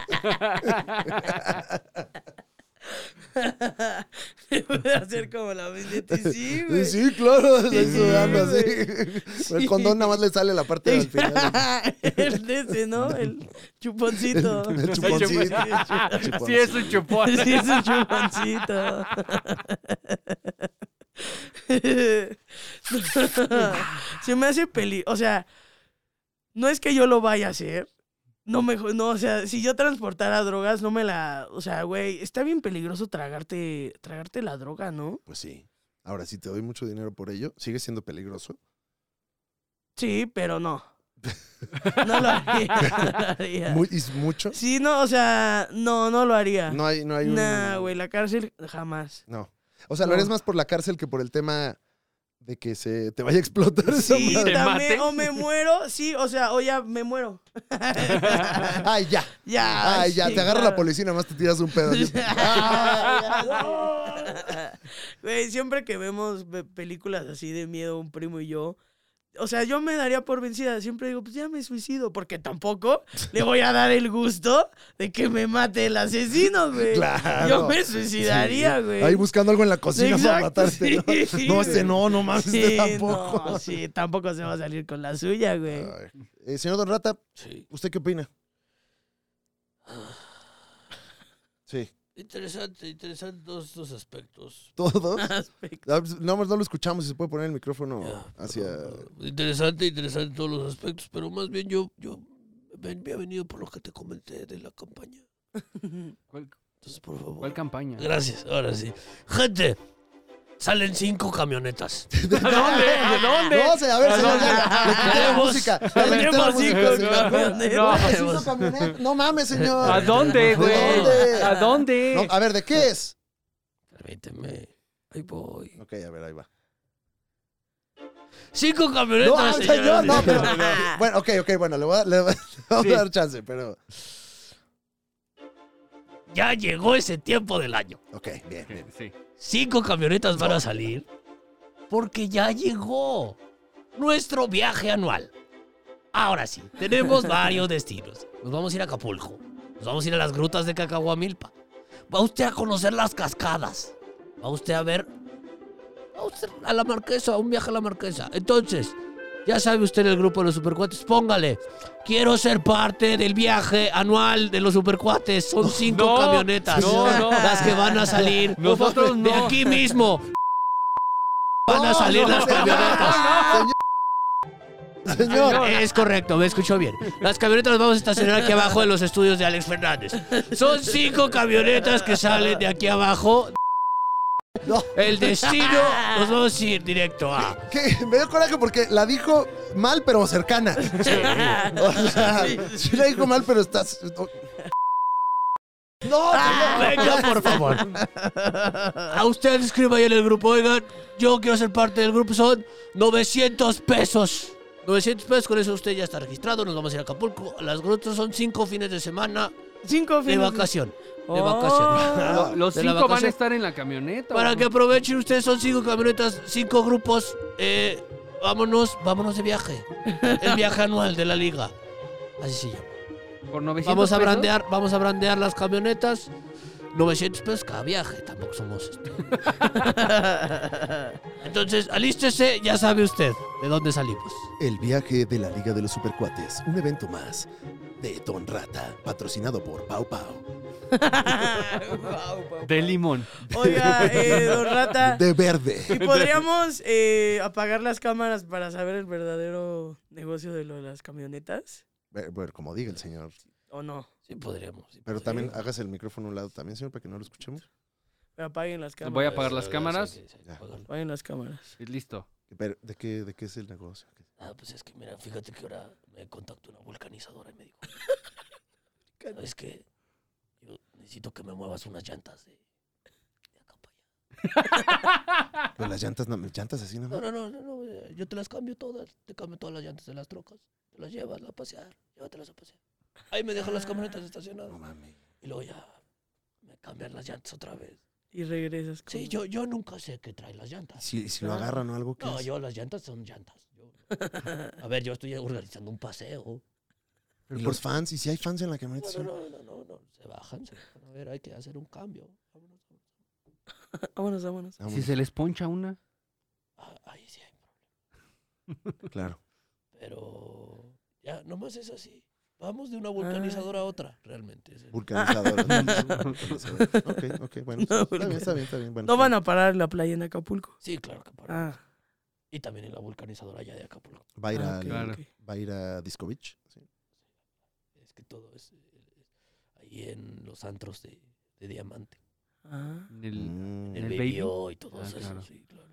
F: Le puede hacer como la Miss
C: *laughs*
F: Leti, sí, güey. *laughs*
C: Sí, claro, estoy
F: Sí,
C: sudando así.
F: güey.
C: El condón nada más le sale la parte del final.
F: El de ese, ¿no?
C: *laughs*
F: El chuponcito. *laughs*
C: El chuponcito.
F: Sí, el
C: Chupón.
D: Sí, es un
E: *laughs*
D: chupón.
F: chup- sí, es un chuponcito. *laughs* Se me hace peli. O sea, no es que yo lo vaya a hacer. No me, jo- no, o sea, si yo transportara drogas, no me la, o sea, güey, está bien peligroso tragarte, tragarte la droga, ¿no?
C: Pues sí. Ahora, si te doy mucho dinero por ello, sigue siendo peligroso.
F: Sí, pero no. No lo haría. *laughs* no lo haría.
C: Muy, y mucho.
F: Ah. Sí, no, o sea, no, no lo haría.
C: No hay, no hay un.
F: Nah, güey, la cárcel jamás.
C: No. O sea, lo
F: No.
C: harías más por la cárcel que por el tema de que se te vaya a explotar esa
F: Sí, *laughs*
C: madre.
D: ¿Te
F: también,
D: maten?
F: o me muero, sí, o sea, o ya me muero.
C: Ay, ya.
F: Ya.
C: Ay, ya.
F: sí,
C: Te agarra
F: claro.
C: la
F: *laughs*
C: policía y nada más te tiras un pedo. así. *laughs*
F: Güey, siempre que vemos ve- películas así de miedo, un primo y yo, o sea, yo me daría por vencida. Siempre digo, pues ya me suicido, porque tampoco le voy a dar el gusto de que me mate el asesino, güey.
C: Claro.
F: Yo me suicidaría,
C: Sí.
F: güey.
C: Ahí buscando algo en la cocina para
F: Exacto,
C: matarte. ¿no?
F: sí.
C: No, este no, no mames,
F: Sí,
C: este tampoco.
F: no, sí, tampoco se va a salir con la suya, güey. *laughs*
C: Ay. Eh, señor Don Rata,
E: Sí.
C: ¿usted qué opina? Sí,
E: Interesante, interesante todos estos aspectos.
C: *laughs* todo.
F: Aspecto.
C: Ah, pues, No, no lo escuchamos, si se puede poner el micrófono
E: Ya,
C: hacia...
E: pero, pero, Interesante, interesante todos los aspectos, pero más bien yo, yo me me ha venido por lo que te comenté de la campaña.
D: ¿Cuál-
E: Entonces, por favor.
D: ¿Cuál campaña?
E: Gracias, ahora sí. Gente, salen cinco camionetas.
D: ¿A dónde? *laughs* ¿De dónde?
C: No, se- a ver,
D: ¿A
C: señor,
D: dónde?
C: ya, le quité la
E: Tenemos-
C: música. le quité la
E: tenemos
C: música,
E: cinco
C: señor.
E: camionetas.
D: No,
C: ¿Es una camioneta? No mames, señor.
D: ¿A dónde,
C: ¿De
D: güey?
C: dónde?
D: ¿A
F: *laughs*
D: dónde? Ah.
C: No, a ver, ¿de qué es?
E: Permíteme. Ahí voy.
C: Ok, a ver, ahí va.
E: Cinco
C: No,
E: camionetas.
C: ah, señor, no,
E: señoras y
C: pero.
E: señores.
F: Ah.
C: Bueno, ok, ok, bueno, le voy a, *laughs* le voy a- vamos a
D: Sí.
C: dar chance, pero.
E: Ya llegó ese tiempo del año.
C: Ok, bien, bien.
D: Sí.
E: Cinco camionetas van a salir porque ya llegó nuestro viaje anual. Ahora sí, tenemos varios destinos. Nos vamos a ir a Acapulco. Nos vamos a ir a las grutas de Cacahuamilpa. Va usted a conocer las cascadas. Va usted a ver. Va usted a la marquesa, a un viaje a la marquesa. Entonces, ya sabe usted el grupo de los supercuates. Póngale. Quiero ser parte del viaje anual de los supercuates.
D: *laughs*
E: Son cinco
D: No,
E: camionetas.
D: no, no.
E: Las que van a salir.
D: Nosotros
E: De
D: no.
E: aquí mismo. Van a
C: No,
E: salir
C: Oh, no,
E: las
C: señor.
E: camionetas.
C: *laughs* Señor,
E: Es correcto, me escuchó bien. Las camionetas las vamos a estacionar aquí abajo de los estudios de Alex Fernández. Son cinco camionetas que salen de aquí abajo.
C: no.
E: El destino nos vamos a ir directo a.
C: Que me dio coraje porque la dijo mal, pero cercana. O sea, sí la dijo mal, pero estás. No,
E: Venga, por favor. A usted escriba ahí en el grupo, oigan, yo quiero ser parte del grupo, son 900 pesos. 900 pesos, con eso usted ya está registrado, nos vamos a ir a Acapulco. Las grutas son cinco fines de semana
F: Cinco
E: de
F: fines.
E: vacación. De
F: Oh.
E: vacación.
D: Lo- Los
E: Ah, De la
D: cinco van a
E: vacación.
D: estar en la camioneta.
E: Para
D: ¿o
E: que
D: no?
E: aprovechen ustedes, son cinco camionetas, cinco grupos. eh, vámonos, vámonos de viaje. El viaje anual de la liga. Así se llama.
D: Por 900
E: Vamos a
D: pesos.
E: brandear, vamos a brandear las camionetas. 900 pesos cada viaje, tampoco somos. este. Entonces, alístese, ya sabe usted de dónde salimos.
C: El viaje de la Liga de los Supercuates, un evento más de Don Rata, patrocinado por Pau Pau.
D: De limón.
F: Oiga, eh, Don Rata,
C: De verde.
F: ¿y podríamos eh, apagar las cámaras para saber el verdadero negocio de lo de las camionetas?
C: Eh, Bueno, como diga el señor.
F: ¿O no?
E: Sí, podríamos. sí
C: Pero
E: podríamos.
C: también hágase el micrófono a un lado también, señor, para que no lo escuchemos.
F: Pero apaguen las cámaras.
D: Voy a apagar las cámaras.
E: Sí, sí, sí, apágalo.
F: Apaguen las cámaras.
D: Y listo.
C: Pero, ¿de, qué, ¿De qué es el negocio?
E: Ah, pues es que mira, fíjate que ahora me contactó una vulcanizadora y me dijo, ¿sabes qué? Yo necesito que me muevas unas llantas de, de acá para allá.
C: Pero las llantas, no- llantas así
E: No, no,
C: nomás.
E: no, no, no, eh, yo te las cambio todas, te cambio todas las llantas de las trocas, te las llevas a pasear, llévatelas a pasear. Ahí me dejan las camionetas estacionadas
C: No mames.
E: y luego ya me cambian las llantas otra vez.
F: Y regresas. con-
E: Sí, yo, yo nunca sé qué traen las llantas.
C: Si, si lo agarran o algo, ¿qué
E: No,
C: es?
E: yo las llantas son llantas. Yo- a ver, yo estoy organizando un paseo.
C: ¿Y los fans? ¿Y si hay fans en la camioneta?
E: No,
C: señor? Ah,
E: no, no, no, no, no, se bajan, se bajan. A ver, hay que hacer un cambio. Vámonos, vámonos.
F: Vámonos, vámonos.
C: Ah,
D: Si se les poncha una.
E: Ah, ahí sí hay problema.
C: Claro.
E: Pero ya, nomás es así. Vamos de una vulcanizadora
D: Ah.
E: a otra, realmente. es el-
C: Vulcanizador. Vulcanizador. ok, ok, bueno.
F: No,
C: está, bien,
F: vulcan-
C: está bien, está bien. Bueno,
F: No van a parar la playa en Acapulco.
E: Sí, claro que para.
F: Ah,
E: Y también en la vulcanizadora allá de Acapulco.
C: Va a ir
F: ah,
C: a,
F: ok,
D: Claro.
F: ok.
C: va a, ir a Disco Beach. ¿sí?
E: Es que todo es eh, ahí en los antros de, de diamante.
C: *laughs*
F: Ah. *laughs*
D: en el-
C: Mm,
E: El,
D: ¿El
E: baby
D: baby?
E: O y todo
D: Ah,
E: eso.
D: claro.
E: sí, claro.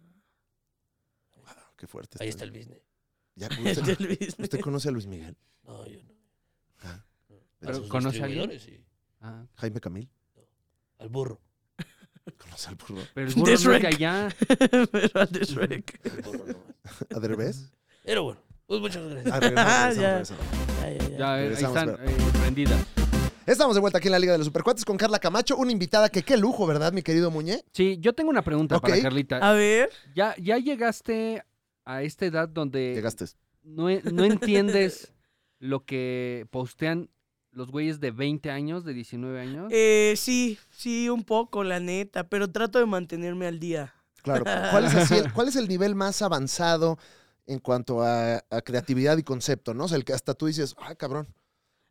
C: wow, qué fuerte.
E: Ahí está el business.
C: Ya,
F: El *laughs*
C: usted,
F: del business.
C: usted conoce a Luis Miguel,
E: No, yo no.
C: Ah.
E: No.
D: Pero,
E: sus
D: ¿conoce a alguien?
E: distribuidores, sí.
D: Ah,
C: Jaime Camil.
E: Al burro.
C: ¿Conoce al burro?
D: pero
C: *laughs*
D: el burro
F: This
D: no es de
F: wreck.
D: allá.
F: Pero al de Shrek.
E: al burro nomás.
C: ¿A
F: *laughs*
C: Derbez?
E: Pero bueno, pues muchas gracias.
C: Ah, regresamos,
F: Ah,
C: regresamos,
F: ya.
C: regresamos.
F: Ya, ya, ya.
D: Ya, eh, ahí
C: Regresamos,
D: están eh, prendidas.
C: Estamos de vuelta aquí en la Liga de los Supercuates con Carla Camacho, una invitada que qué lujo, ¿verdad, mi querido Muñe?
D: Sí, yo tengo una pregunta
C: Ok.
D: para Carlita.
F: A ver.
D: ¿Ya, ya llegaste a esta edad donde
C: Llegaste.
D: no, e- no entiendes *laughs* lo que postean los güeyes de 20 años, de 19 años?
F: eh, sí, sí, un poco, la neta. Pero trato de mantenerme al día.
C: Claro. ¿Cuál es, así el, cuál es el nivel más avanzado en cuanto a, a creatividad y concepto, no? O sea, el que hasta tú dices, ah, cabrón.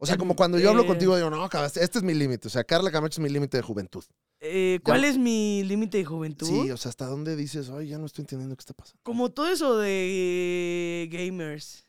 C: O sea, como cuando yo hablo
F: Eh.
C: contigo, digo, no, cabrón, este es mi límite. O sea, Carla Camacho es mi límite de juventud.
F: Eh, ¿Cuál es mi límite de juventud?
C: Sí, o sea, ¿hasta dónde dices, ay, ya no estoy entendiendo qué está pasando?
F: Como todo eso de eh, gamers.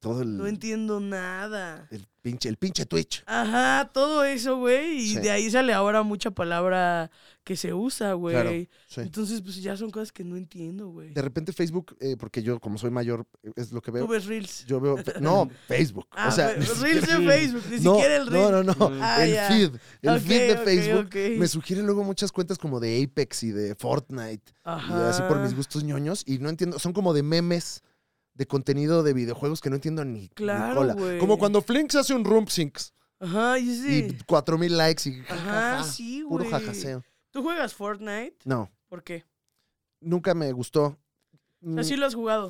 C: todo
F: No
C: el,
F: entiendo nada.
C: el pinche, el pinche Twitch.
F: Ajá, todo eso, güey. Y
C: Sí.
F: de ahí sale ahora mucha palabra que se usa, güey.
C: Claro, sí.
F: Entonces, pues ya son cosas que no entiendo, güey.
C: De repente Facebook, eh, porque yo como soy mayor, eh, es lo que
F: Tú
C: veo.
F: ves Reels.
C: Yo veo, fe-
F: *laughs*
C: no, Facebook.
F: Ah,
C: o sea,
F: güey,
C: *laughs*
F: Reels en Facebook, ni
C: no,
F: siquiera el Reels.
C: no, no, no,
F: Ah,
C: el
F: ya.
C: feed, el
F: Ok,
C: feed de
F: ok,
C: Facebook
F: ok.
C: me sugiere luego muchas cuentas como de Apex y de Fortnite y así por
F: Ajá.
C: mis gustos ñoños y no entiendo, son como de memes de contenido de videojuegos que no entiendo ni, ni
F: Claro,
C: cola.
F: güey.
C: Como cuando Flinks hace un Rumpsinks
F: Ajá, y
C: y
F: sí.
C: 4000 likes y
F: Ajá,
C: jajaja,
F: sí, güey.
C: puro jajaseo.
F: ¿Tú juegas Fortnite?
C: No,
F: ¿Por qué?
C: nunca me gustó. Mm,
F: Así lo has jugado.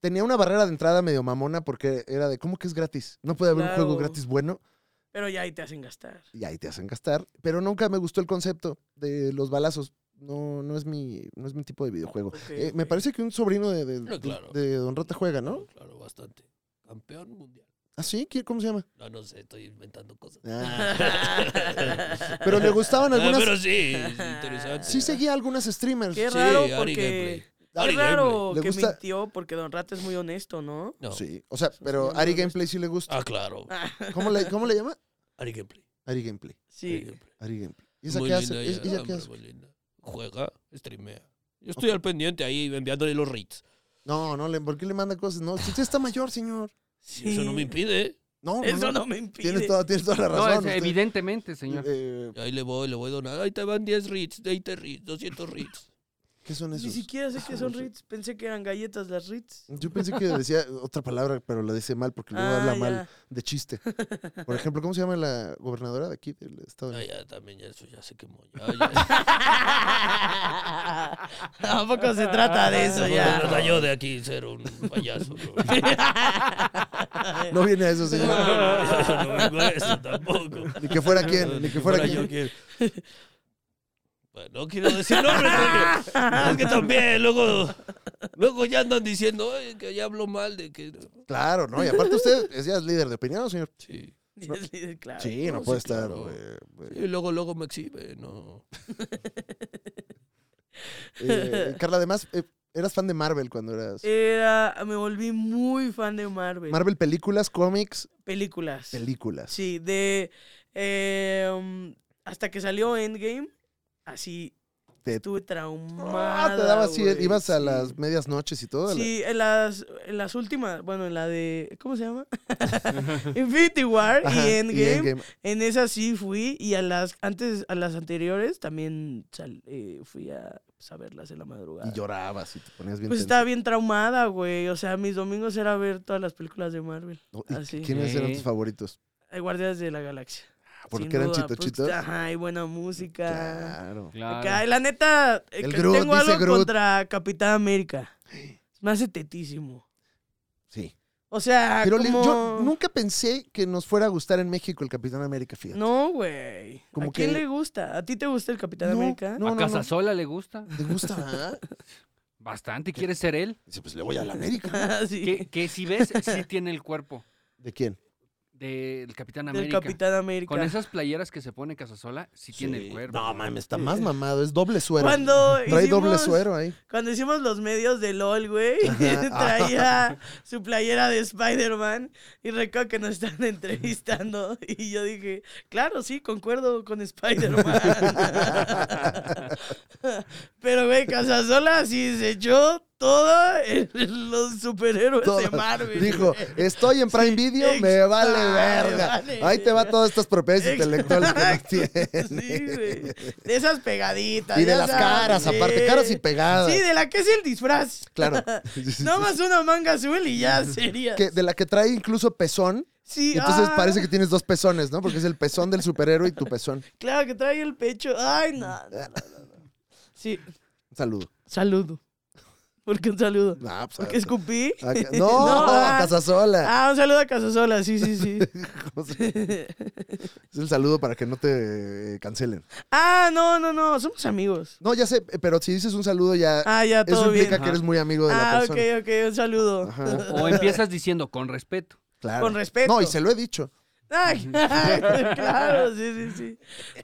C: Tenía una barrera de entrada medio mamona porque era de cómo que es gratis. No puede haber un juego
F: Claro.
C: gratis bueno.
F: Pero ya ahí te hacen gastar.
C: y ahí te hacen gastar. Pero nunca me gustó el concepto de los balazos. No, no es mi, no es mi tipo de videojuego.
F: Ok,
C: Eh, Me
F: ok.
C: parece que un sobrino de, de,
E: No, claro.
C: de Don Rata juega, ¿no?
E: Claro, bastante. Campeón mundial.
C: ¿Ah, sí? ¿Qui- ¿Cómo se llama?
E: No, no sé, estoy inventando cosas.
C: Ah.
E: *laughs*
C: Pero le gustaban
E: Ah,
C: algunas.
E: pero sí, es interesante.
C: Sí seguía algunas streamers.
F: Qué
E: Sí,
F: raro
E: Ari
F: porque...
E: Gameplay.
F: Qué
E: Ari Gameplay.
F: raro
C: Le
F: que
C: gusta-
F: mintió porque Don Rato es muy honesto, ¿no?
E: No.
C: Sí, o sea,
F: sí,
C: pero
F: no
C: Ari
F: le gusta.
C: Gameplay sí le gusta.
E: Ah, claro.
C: ¿Cómo le, cómo le llama?
E: Ari Gameplay.
C: Ari Gameplay.
E: Ari
F: Sí.
E: Gameplay.
C: Ari Gameplay. ¿Y esa
E: Muy
C: qué
E: linda
C: hace? ¿Es-
E: ella,
C: ¿Ella qué
E: hombre,
C: hace?
E: muy linda. Juega, streamea. Yo estoy al pendiente ahí enviándole los reads.
C: No, no, le- ¿por qué le manda cosas? No, si usted está mayor, señor.
F: sí.
E: Eso no me impide.
C: No, no,
F: Eso
C: no.
F: no me impide.
C: Tienes, toda, tienes toda la
D: No,
C: razón.
D: es-
C: usted-
D: evidentemente, *laughs* señor.
C: Eh,
E: Ahí le voy, le voy donando. Ahí te van 10 reads, 20 reads, 200 reads.
C: ¿Qué son
F: Ni
C: esos?
F: siquiera sé que son Ritz. Pensé que eran galletas las Ritz.
C: Yo pensé que decía otra palabra, pero la dice mal porque luego
F: Ah,
C: habla
F: ya.
C: mal de chiste. Por ejemplo, ¿cómo se llama la gobernadora de aquí del estado?
E: Ah, ya, también, ya, eso ya se quemó. Ya, ya.
F: *laughs* Tampoco se trata de eso
E: ya.
F: ya.
E: yo de aquí ser un payaso. No, *laughs*
C: No viene a eso, señor.
E: Yo no vengo a eso tampoco.
C: Ni que fuera quien, ni que fuera
E: yo
C: quien.
E: quien. Bueno, no quiero decir nombres porque es que también luego, luego ya andan diciendo "Ay, que ya hablo mal de que...
C: Claro, ¿no? Y aparte usted es ya líder de opinión, señor.
E: Sí.
F: *laughs* Sí, claro.
C: Sí, no
E: sí,
C: puede estar.
E: claro.
C: eh, eh,
E: Y luego, luego me exhibe, no.
C: eh, Carla, además, eh, eras fan de Marvel cuando eras.
F: Eh, Era, me volví muy fan de Marvel.
C: Marvel películas, cómics,
F: Películas.
C: películas.
F: Sí, de eh, um, hasta que salió Endgame, así
C: Te-
F: estuve traumada.
C: Ah, te dabas así,
F: güey,
C: ibas a
F: sí.
C: las medianoches y todo. a la-
F: Sí, en las, en las últimas, bueno, en la de, ¿cómo se llama? *laughs* Infinity War
C: Ajá,
F: y Endgame.
C: Endgame.
F: En esa sí fui y a las antes, a las anteriores también sal- eh, fui a saberlas en la madrugada.
C: Y llorabas y te ponías bien.
F: pues
C: tenso.
F: estaba bien traumada, güey. O sea, mis domingos era ver todas las películas de Marvel.
C: No, ¿y
F: así.
C: ¿Quiénes eran
D: Sí.
C: tus favoritos?
F: Hay Guardias de la Galaxia.
C: Porque
F: sin
C: eran
F: duda,
C: chito
F: pues,
C: chitos.
F: Ajá, y buena música.
C: Claro.
D: Claro.
F: Acá, y la neta, eh,
C: El
F: que
C: Groot,
F: tengo
C: dice
F: algo
C: Groot.
F: contra Capitán América. Me hace tetísimo.
C: Sí.
F: O sea,
C: Pero le-
F: como...
C: yo nunca pensé que nos fuera a gustar en México el Capitán América, fíjate.
F: No, güey.
C: Como
F: ¿A quién
C: que-
F: le gusta? ¿A ti te gusta el Capitán
C: No,
F: América?
C: no,
D: a
C: no, no.
D: Casasola le gusta
C: ¿Te gusta? *laughs* verdad?
D: bastante, quiere
C: *laughs*
D: ser él.
C: Dice, pues le voy a la América.
F: *laughs* sí.
D: Que, que si ves,
C: *laughs*
D: sí tiene el cuerpo
C: ¿De quién?
D: del Capitán
F: Del
D: América.
F: Capitán América.
D: Con esas playeras que se pone Casasola, sí, tiene el cuerpo.
C: No, mames, está más mamado. Es doble suero.
F: Cuando
C: Trae doble
F: hicimos-
C: suero ahí.
F: Cuando hicimos los medios de LOL, güey,
C: Ajá.
F: *laughs* traía su playera de Spider-Man y recuerdo que nos están *laughs* entrevistando y yo dije, claro, sí, concuerdo con Spider-Man. *laughs* Pero, güey, Casasola sí se echó todos los superhéroes de
C: Todas.
F: Marvel.
C: Dijo,
F: güey.
C: estoy en Prime Video,
F: ex-
C: me vale
F: ah,
C: verga.
F: vale
C: Ahí te va
F: verga.
C: todas estas propiedades
F: Exacto.
C: intelectuales que *laughs* no
F: *laughs* Sí,
C: tienes.
F: güey. De esas pegaditas.
C: Y de
F: ya
C: las
F: sabes,
C: caras,
F: sí.
C: aparte, caras y pegadas.
F: Sí, de la que es el disfraz.
C: Claro.
F: Nada más una manga azul
C: *laughs*
F: y ya sería.
C: Que- de la que trae incluso pezón.
F: Sí,
C: Entonces
F: ah,
C: parece que tienes dos pezones, ¿no? Porque es el pezón del superhéroe y tu pezón.
F: Claro, que trae el pecho. Ay, no. no, no, no, no. Sí,
C: Un saludo.
F: saludo. ¿Por qué un saludo?
C: Nah, pues,
F: ¿Porque escupí?
C: a-
F: *laughs*
C: a- no, a
F: ah,
C: Casasola.
F: Ah, un saludo a Casasola, sí,
C: *laughs*
F: sí, sí.
C: Es el saludo para que no te eh, cancelen.
F: ah, no, no, no, somos amigos.
C: No, ya sé, eh, pero si dices un saludo ya...
F: Ah, ya,
C: eso
F: todo bien.
C: implica que eres muy amigo de la
F: Ah, ok,
C: persona.
F: ok, un saludo.
C: Ajá,
D: O empiezas diciendo con respeto.
C: claro.
F: Con respeto.
C: No, y se lo he dicho.
F: *laughs* Ay, *laughs* claro, sí, sí, sí.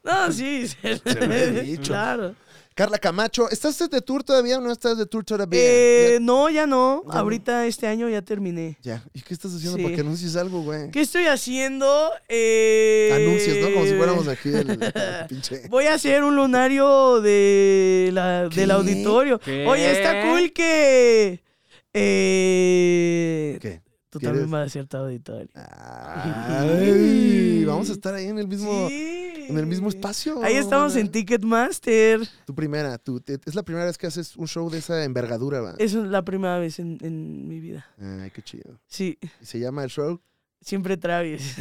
F: No, sí, se-
C: Se lo he dicho.
F: *laughs* Claro.
C: Carla Camacho, ¿estás de tour todavía o no estás de tour todavía?
F: Eh, no, ya no.
C: Ya no.
F: Ahorita este año ya terminé.
C: ya. ya. ¿Y qué estás haciendo
F: sí.
C: para que anuncies algo, güey?
F: ¿Qué estoy haciendo? Eh,
C: Anuncios, ¿no? Como si fuéramos aquí el, el *laughs* pinche.
F: Voy a hacer un lunario de la- del
C: ¿Qué?
F: auditorio.
D: ¿Qué?
F: Oye, está cool que. eh,
C: ¿Qué?
F: Tú
C: ¿Quieres?
F: también vas a ser tu auditorio.
C: Ay, vamos a estar ahí en el mismo,
F: Sí.
C: en el mismo espacio.
F: Ahí estamos en Ticketmaster.
C: Tu primera, tu, te- es la primera vez que haces un show de esa envergadura, va.
F: Es la primera vez en, en mi vida.
C: Ay, qué chido.
F: Sí,
C: ¿Y se llama el
F: *laughs*
C: show? *laughs*
F: siempre Travis.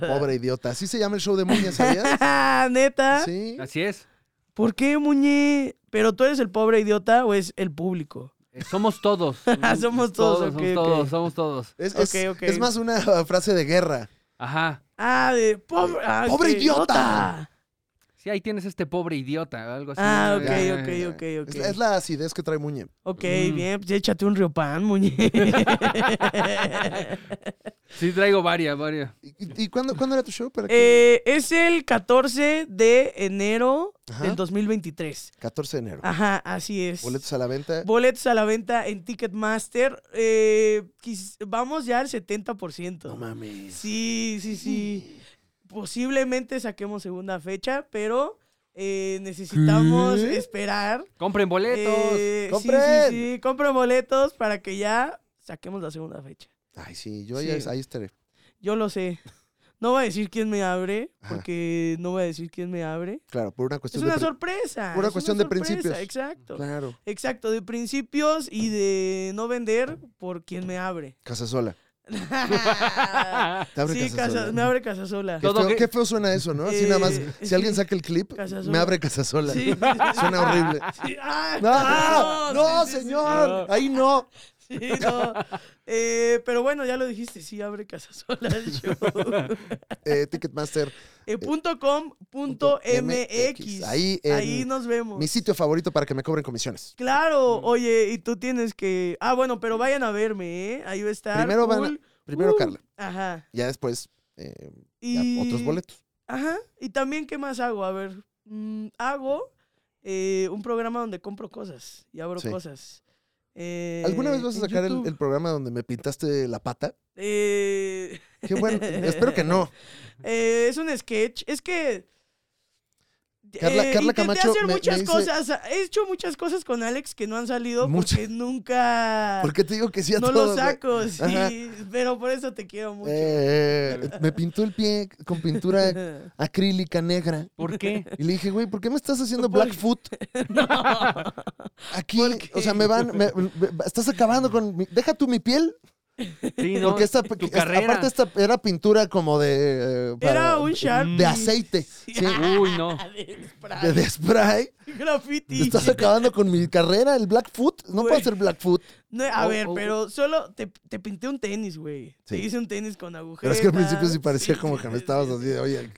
C: Pobre idiota. Así se llama el show de Muña,
F: *laughs*
C: ¿sabías?
F: *laughs* Neta.
C: Sí.
D: Así es.
F: ¿Por qué, Muñe? ¿Pero tú eres el pobre idiota o es el público?
D: Eh, Somos todos.
F: *laughs* Ah, Somos todos, ok,
D: somos
F: ok.
D: todos, somos todos.
C: Es, es-
F: Ok, ok.
C: es más una frase de guerra.
D: Ajá.
F: Ah, de pobre. ah,
C: ¡Pobre
F: ok,
C: idiota!
D: Sí, ahí tienes este pobre idiota, algo así.
F: Ah, ok,
D: Ya,
F: ok,
D: ya.
F: ok, ok.
C: Es, la- es la acidez que trae Muñe.
F: Ok,
D: Mm.
F: bien, pues échate un
C: *laughs*
F: riopan, Muñe.
D: Sí, traigo varias, varias.
C: ¿Y, y- y cuándo, cuándo era tu show? ¿Para qué?
F: Eh, es el 14 de enero
C: Ajá.
F: del 2023.
C: 14 de enero.
F: Ajá, así es.
C: Boletos a la venta.
F: Boletos a la venta en Ticketmaster. Eh, quis- vamos ya al 70%.
C: No mames.
F: Sí, sí, sí. Posiblemente saquemos segunda fecha, pero eh, necesitamos
C: ¿Qué?
F: esperar.
D: Compren boletos.
F: Eh, sí,
C: ¡Compren!
F: sí, sí, compren boletos para que ya saquemos la segunda fecha.
C: Ay, sí, yo
F: Sí.
C: ahí, ahí estaré.
F: Yo lo sé. No voy a decir quién me abre,
C: Ajá.
F: porque no voy a decir quién me abre.
C: Claro, por una
F: Es
C: cuestión
F: una
C: de. pri-
F: sorpresa.
C: pura
F: es
C: cuestión de principios.
F: Exacto.
C: Claro.
F: Exacto, de principios y de no vender por quien me abre.
C: *laughs* Casasola. Te abre
F: sí,
C: Casasola.
F: casa- me abre casa sola.
C: Qué
D: Todo
C: feo,
D: que-
C: qué feo suena eso, ¿no? Así
F: Eh,
C: nada más. Si alguien saca el clip,
F: Casasola.
C: me abre Casasola. Suena
F: Sí. *laughs*
C: horrible. *laughs*
F: Sí, ah,
C: ¡No! ¡No,
F: sí, sí, sí,
C: señor! Ahí no.
F: sí, no. Eh, pero bueno, ya lo dijiste, sí, abre casa sola el show.
C: Eh, Ticketmaster,
F: Eh, punto com punto
C: MX.
F: MX.
C: Ahí en-
F: Ahí nos vemos.
C: mi sitio favorito para que me cobren comisiones. Mm.
F: Claro, oye, y tú tienes que. Ah, bueno, pero vayan a verme, ¿eh? Ahí va a estar.
C: Primero van a-
F: cool.
C: Primero
F: Uh,
C: Carla,
F: Ajá.
C: ya después eh, ya
F: Y...
C: otros boletos.
F: Ajá. Y también, ¿qué más hago? A ver, mm, hago eh, un programa donde compro cosas y abro
C: Sí.
F: cosas. Eh,
C: ¿Alguna vez vas a
F: en
C: sacar el,
F: YouTube.
C: el programa donde me pintaste la pata?
F: Eh,
C: Qué bueno, espero que
F: *laughs*
C: no. *laughs*
F: eh, es un sketch. Es que. eh,
C: Carla- Carla
F: intenté
C: Camacho
F: hacer
C: me- me
F: muchas
C: dice-
F: cosas. He hecho muchas cosas con Alex que no han salido
C: Muchas.
F: porque nunca.
C: *laughs* Porque te digo que sí a ¿eh?
F: no
C: todo,
F: lo
C: güey? *laughs*
F: saco, sí.
C: Ajá.
F: Pero por eso te quiero mucho.
C: Eh, me pintó el pie con
F: *laughs*
C: pintura acrílica negra.
D: ¿Por qué?
C: Y le dije, güey, ¿por qué me estás haciendo
F: *laughs* ¿Por
C: Blackfoot? Aquí, o sea, me van, me- me- estás acabando con, mi- deja tú mi piel,
D: Sí, ¿no?
C: porque esta,
D: tu
C: es-
D: carrera.
C: aparte esta era pintura como de, eh, para-
F: Era un Sharpie.
C: de aceite, *laughs* sí, uh.
F: *laughs*
D: Uy, no.
F: De
C: de,
F: spray.
C: de spray.
F: *laughs* Graffiti.
C: Estás acabando con mi carrera, el Blackfoot. No
F: Güey.
C: puedo ser Blackfoot.
F: No, a
D: Oh,
F: ver,
D: oh,
F: pero solo te, te pinté un tenis, güey. Te
C: Sí.
F: hice un tenis con agujetas.
C: Pero es que al principio sí parecía como que me estabas así de, oye,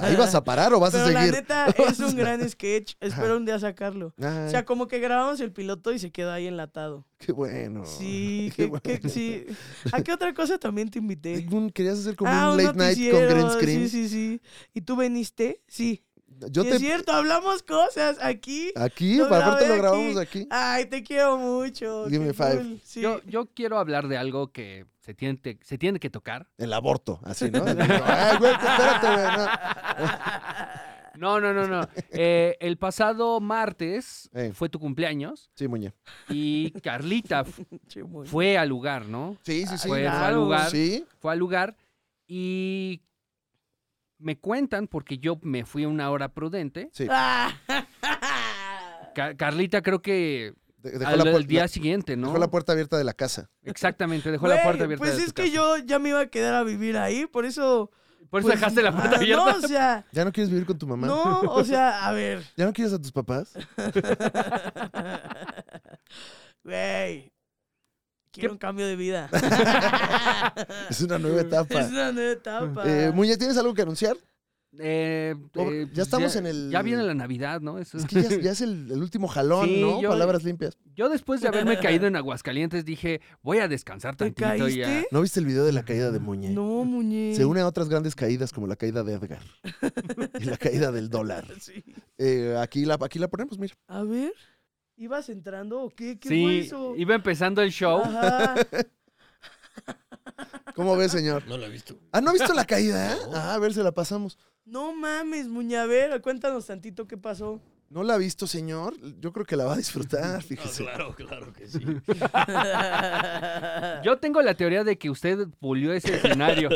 C: ¿ahí vas a parar o vas
F: Pero
C: a
F: la
C: seguir? *laughs*
F: neta es un gran sketch. Espero un día sacarlo.
C: Ay,
F: O sea, como que grabamos el piloto y se quedó ahí enlatado.
C: qué bueno.
F: Sí,
C: *laughs* Qué
F: que, que- sí. ¿A qué otra cosa también te invité?
C: Un- Querías hacer como
F: ah,
C: un late night con green
F: noticiero,
C: screen.
F: Sí, sí, sí. ¿Y tú veniste? Sí.
C: Yo
F: Sí,
C: te
F: Es cierto, hablamos cosas aquí.
C: aquí,
F: Lo
C: aparte
F: grabé
C: lo grabamos aquí.
F: Ay, te quiero mucho.
C: Give
F: qué
C: me five.
F: cool, sí.
D: Yo, yo quiero hablar de algo que se tiene, te- se tiene que tocar.
C: El aborto, así,
F: *laughs*
C: ¿no? Ay, güey, espérate, güey. no.
D: No, no, no,
F: *laughs*
D: no. Eh, el pasado martes
C: Eh.
D: fue tu cumpleaños
C: Sí, muñe.
D: y Carlita f-
F: Sí, *laughs* muy-
D: fue al lugar, ¿no?
C: Sí, sí, sí.
D: Fue, fue al
F: claro.
D: lugar.
C: Sí.
D: Fue al lugar y me cuentan, porque yo me fui a una hora prudente.
F: Ah.
D: Ca- Carlita creo que
C: de- Dejó,
D: al,
C: la,
D: al
C: puer-
D: día
C: la-
D: siguiente, ¿no?
C: dejó la puerta abierta de la casa.
D: Exactamente, dejó la
F: Güey,
D: puerta abierta.
F: Pues
D: de
F: es
D: su
F: que
D: casa.
F: yo ya me iba a quedar a vivir ahí, por eso.
D: Por eso
F: pues,
D: dejaste la puerta
F: ah,
D: abierta.
F: No,
C: *laughs*
F: o sea,
C: ¿Ya no quieres vivir con tu mamá?
F: no, o sea, a ver.
C: ¿Ya no quieres a tus
F: *laughs*
C: papás?
F: *laughs* Güey. Quiero un cambio de vida. *laughs*
C: Es una nueva etapa.
F: es una nueva etapa.
C: Eh, Muñe, ¿tienes Eh, algo que anunciar?
D: Eh,
C: Pobre-
D: eh,
C: ya
D: pues
C: estamos en el-
D: Ya viene la Navidad, ¿no? Eso-
C: Es que
D: *laughs*
C: ya, ya es el, el último jalón,
D: Sí,
C: ¿no?
D: yo-
C: Palabras limpias.
D: Yo después de haberme caído en Aguascalientes dije, voy a descansar
F: ¿Te
D: tantito y ya.
F: caíste?
C: ¿No viste el video de la caída de Muñe?
F: No, muñe.
C: Se une a otras grandes caídas como la caída de
D: *laughs*
C: Edgar y la caída del dólar.
F: Sí.
C: Eh, aquí, la, aquí la ponemos, mira.
F: A ver. ¿Ibas entrando o qué? ¿Qué fue
D: Sí,
F: eso?
D: iba empezando el show.
F: Ajá.
C: ¿Cómo ves, señor?
E: No lo he visto.
C: Ah, ¿no ha visto la caída? eh? Ah, a ver, se la pasamos.
F: No mames, muñe. A ver, cuéntanos tantito qué pasó.
C: ¿No la ha visto, señor? Yo creo que la va a
D: *laughs*
C: disfrutar, fíjese.
E: claro, claro que sí.
D: Yo tengo la teoría de que usted pulió ese escenario.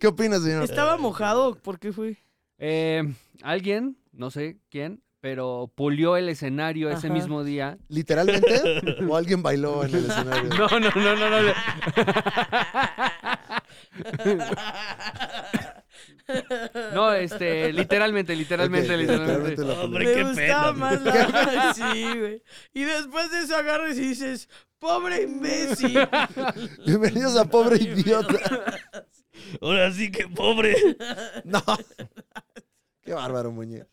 C: ¿Qué opinas, señor?
F: ¿Estaba mojado? ¿Por qué fue?
D: Eh, alguien, no sé quién, pero pulió el escenario ese
F: Ajá.
D: mismo día. *laughs*
C: ¿Literalmente? ¿O alguien bailó en el escenario?
D: No, no, no, no, no. No, este, literalmente, literalmente,
C: Ok,
D: literalmente.
C: la ponemos.
E: Hombre,
F: Me
E: qué
F: gustaba
E: pena,
F: más la... *laughs* Sí, güey. Y después de eso agarras y dices, pobre imbécil.
C: Bienvenidos a *laughs* Pobre Idiota.
E: Ahora sí que pobre.
C: No. *laughs* Qué bárbaro, Muñe.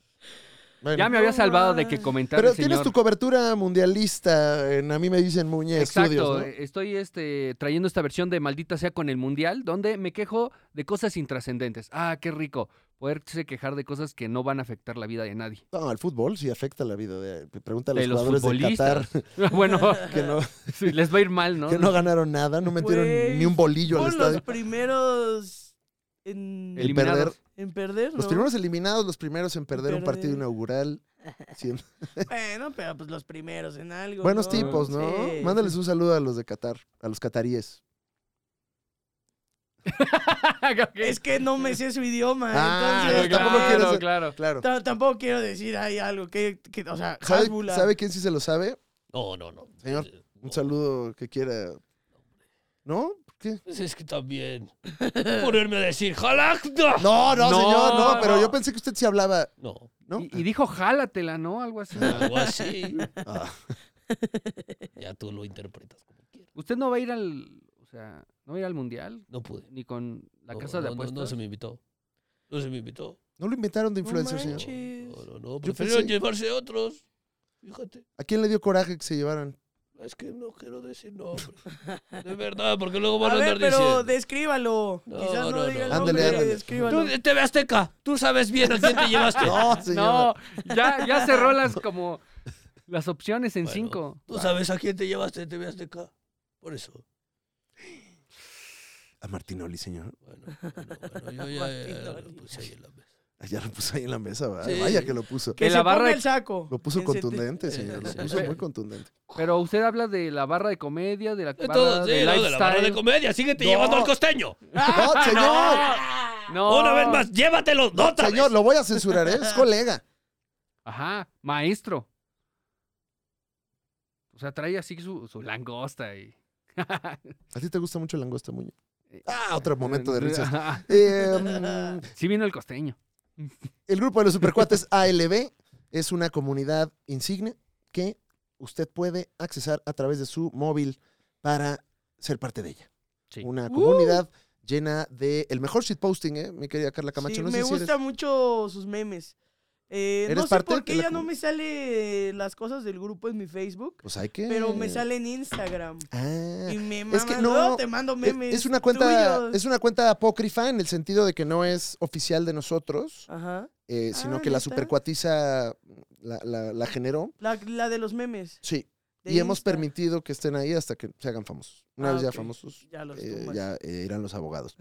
C: Bueno.
D: Ya me había salvado de que comentara
C: Pero
D: el
C: tienes
D: señor.
C: tu cobertura mundialista en A mí me dicen Muñe
D: Exacto,
C: Estudios, ¿no?
D: eh, estoy este, trayendo esta versión de Maldita sea con el Mundial, donde me quejo de cosas intrascendentes. Ah, qué rico, poderse quejar de cosas que no van a afectar la vida de nadie.
C: No, el fútbol sí afecta la vida. De, pregunta a los
D: de los
C: jugadores de Qatar
D: futbolistas. *laughs* bueno,
C: *laughs* que no,
D: sí, les va a ir mal, ¿no?
C: que no ganaron nada, no metieron
F: Güey,
C: ni un bolillo al
F: Fueron los
C: estadio.
F: primeros en,
C: El-
D: Eliminados.
C: perder.
F: en perder, ¿no?
C: Los primeros eliminados, los primeros en perder un
F: Perder.
C: partido inaugural. Sí.
F: Bueno, pero pues los primeros en algo.
C: Buenos
F: ¿no?
C: tipos, ¿no?
F: Sí,
C: Mándales
F: sí.
C: un saludo a los de Qatar, a los cataríes.
D: *laughs* Ok.
F: Es que no me sé su idioma,
C: Ah,
F: entonces...
C: tampoco
F: tampoco
C: quiero
F: quiero...
C: ser-
D: Claro, claro.
C: Claro.
F: tampoco quiero decir ahí algo que, que, o sea,
C: ¿Sabe,
F: jálvula.
C: sabe quién sí se lo sabe?
E: No, no, no.
C: Señor, Un saludo que quiera. ¿No? ¿Por qué?
E: Pues es que también. Ponerme a decir, ¡Jalacta!
C: No, no,
D: No,
C: señor, no,
D: no.
C: pero yo pensé que usted sí hablaba,
E: No,
C: ¿no?
D: Y, y dijo, jálatela, ¿no? Algo así.
E: algo así.
C: Ah.
E: *laughs* Ya tú lo interpretas como quieras.
D: Usted no va a ir al, o sea, no va a ir al Mundial,
E: No pude.
D: ni con la
E: No,
D: casa de
E: no, no,
D: apuestas.
E: No, se me invitó. No se me invitó.
C: No lo inventaron de
F: No
C: influencer, señor.
F: manches.
E: No, no, no.
C: Yo
E: Prefirieron
C: pensé-
E: llevarse otros. Fíjate.
C: ¿A quién le dio coraje que se llevaran?
E: Es que no quiero decir nombres. De verdad, porque luego van
F: A
E: a,
F: ver,
E: andar
F: pero
E: diciendo.
F: descríbalo.
E: No,
F: Quizás no,
E: no,
F: diga el
E: no.
F: nombre,
C: Ándale, ándale.
F: descríbalo.
E: Tú, TV Azteca, tú sabes bien a
F: *laughs*
E: quién te llevaste.
C: No,
D: No,
C: señor.
D: ya, ya cerró
C: *laughs*
D: las como las opciones en
E: Bueno,
D: cinco.
E: Tú sabes a quién te llevaste TV Azteca. Por eso.
C: A Martinoli, señor.
E: Bueno, bueno, bueno, yo
F: *laughs*
E: ya, ya lo puse ahí en la mesa.
C: Ah, Ya lo puso ahí en la mesa, ¿verdad?
E: Sí.
C: Vaya que lo puso.
F: Que
D: En
F: se
D: la barra
F: ponga
D: de-
F: el saco.
C: Lo puso
F: En sete-
C: contundente,
E: Sí,
C: señor. Lo
E: sí,
C: puso
D: sí.
C: muy contundente.
D: Pero usted habla de la barra de comedia, de la
E: De
D: barra
E: todo, sí,
D: de
E: no,
D: lifestyle. ¡Ah!
E: de la barra de comedia. Síguete
C: No.
E: llevando al costeño.
C: ¡No, señor!
D: No.
E: Una vez más, llévatelo. No, otra
C: Señor,
E: vez.
C: lo voy a censurar, ¿eh? Es colega.
D: Ajá, maestro. O sea, trae así su, su langosta y...
C: ¿A ti te gusta mucho el langosta, Muñe? Ah, otro momento de risas.
D: Ajá.
C: Eh, mm,
D: Sí vino el costeño.
C: El grupo de los
F: *laughs*
C: supercuates ALB es una comunidad insigne que usted puede accesar a través de su móvil para ser parte de ella.
D: Sí.
C: Una
F: ¡Uh!
C: comunidad llena de el mejor shitposting, ¿eh? Mi querida Carla Camacho.
F: Sí,
C: no sé
F: me
C: si
F: gusta
C: eres-
F: mucho sus memes. Eh,
C: ¿Eres
F: no sé
C: parte
F: por
C: de
F: qué
C: la
F: ya no
C: comu-
F: me sale las cosas del grupo en mi Facebook,
C: Pues hay que.
F: pero me sale en Instagram.
C: Ah.
F: Y me
C: es que
F: maman,
C: no,
F: "Oh, te mando
C: Es-
F: memes.
C: Es una cuenta,
F: tuyos".
C: es una cuenta apócrifa en el sentido de que no es oficial de nosotros,
F: Ajá.
C: eh, sino
F: Ah,
C: que la
F: ¿neta?
C: supercuatiza mm, la, la- la generó.
F: La, la de los memes.
C: Sí.
F: de
C: y hemos
F: Insta.
C: permitido que estén ahí hasta que se hagan famosos. Una
F: Ah,
C: vez ya
F: ok.
C: famosos,
F: Ya los
C: eh,
F: tumbas.
C: ya eh, irán los abogados.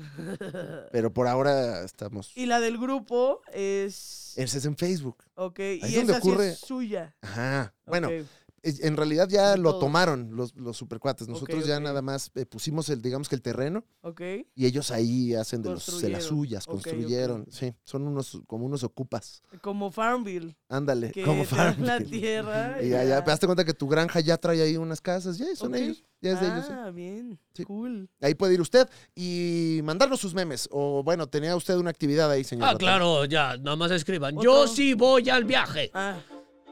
C: Pero por ahora estamos.
F: *laughs* Y la del grupo es.
C: Ese es en Facebook.
F: Ok.
C: Eh, es
F: y
C: donde
F: esa sí
C: ocurre-
F: es suya.
C: Ajá. Bueno,
F: Ok.
C: es- en realidad ya lo
F: Todos.
C: tomaron los, los supercuates. Nosotros ya
F: ok.
C: nada más eh, pusimos el, digamos que el terreno
F: Ok.
C: y ellos ahí hacen de, los, de las
F: Construyeron.
C: suyas,
F: Ok, ok.
C: construyeron. Sí, son unos como unos ocupas.
F: Como Farmville.
C: Ándale,
F: Que
C: Eh,
F: *laughs*
C: como
F: te dan
C: farm.
F: la tierra.
C: *laughs* Y ya, ya, te das cuenta que tu granja ya trae ahí unas casas. Ya, son
F: Ok.
C: ellos. Ya es de ellos. sí.
F: Ah, bien.
C: Sí.
F: Cool.
C: Ahí puede ir usted y mandarnos sus memes. O bueno, tenía usted una actividad ahí, señor.
E: Ah,
C: Ratón.
E: claro, ya, nada más escriban.
F: Otro.
E: Yo sí voy al viaje.
F: Ah,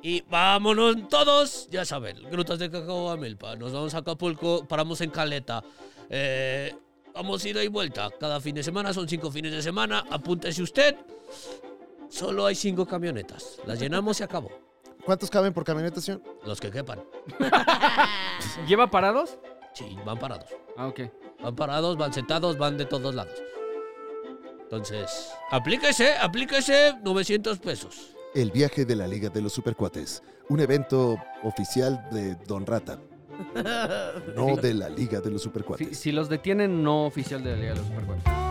E: Y vámonos todos, ya saben, Grutas de Cacao a Milpa. Nos vamos a Acapulco, paramos en Caleta. Eh, Vamos ida y vuelta. Cada fin de semana son cinco fines de semana. Apúntese usted. Solo hay cinco camionetas. Las llenamos y acabó.
C: ¿Cuántos caben por camioneta, señor?
E: Los que quepan.
D: ¿Lleva parados?
E: Sí, van parados.
D: Ah, ok.
E: Van parados, van sentados, van de todos lados. Entonces, aplíquese, aplíquese 900 pesos.
C: El viaje de la Liga de los Supercuates. Un evento oficial de Don Rata. No de la Liga de los
D: Si,
C: Supercuates.
D: si los detienen, no oficial de la Liga de los Supercuates.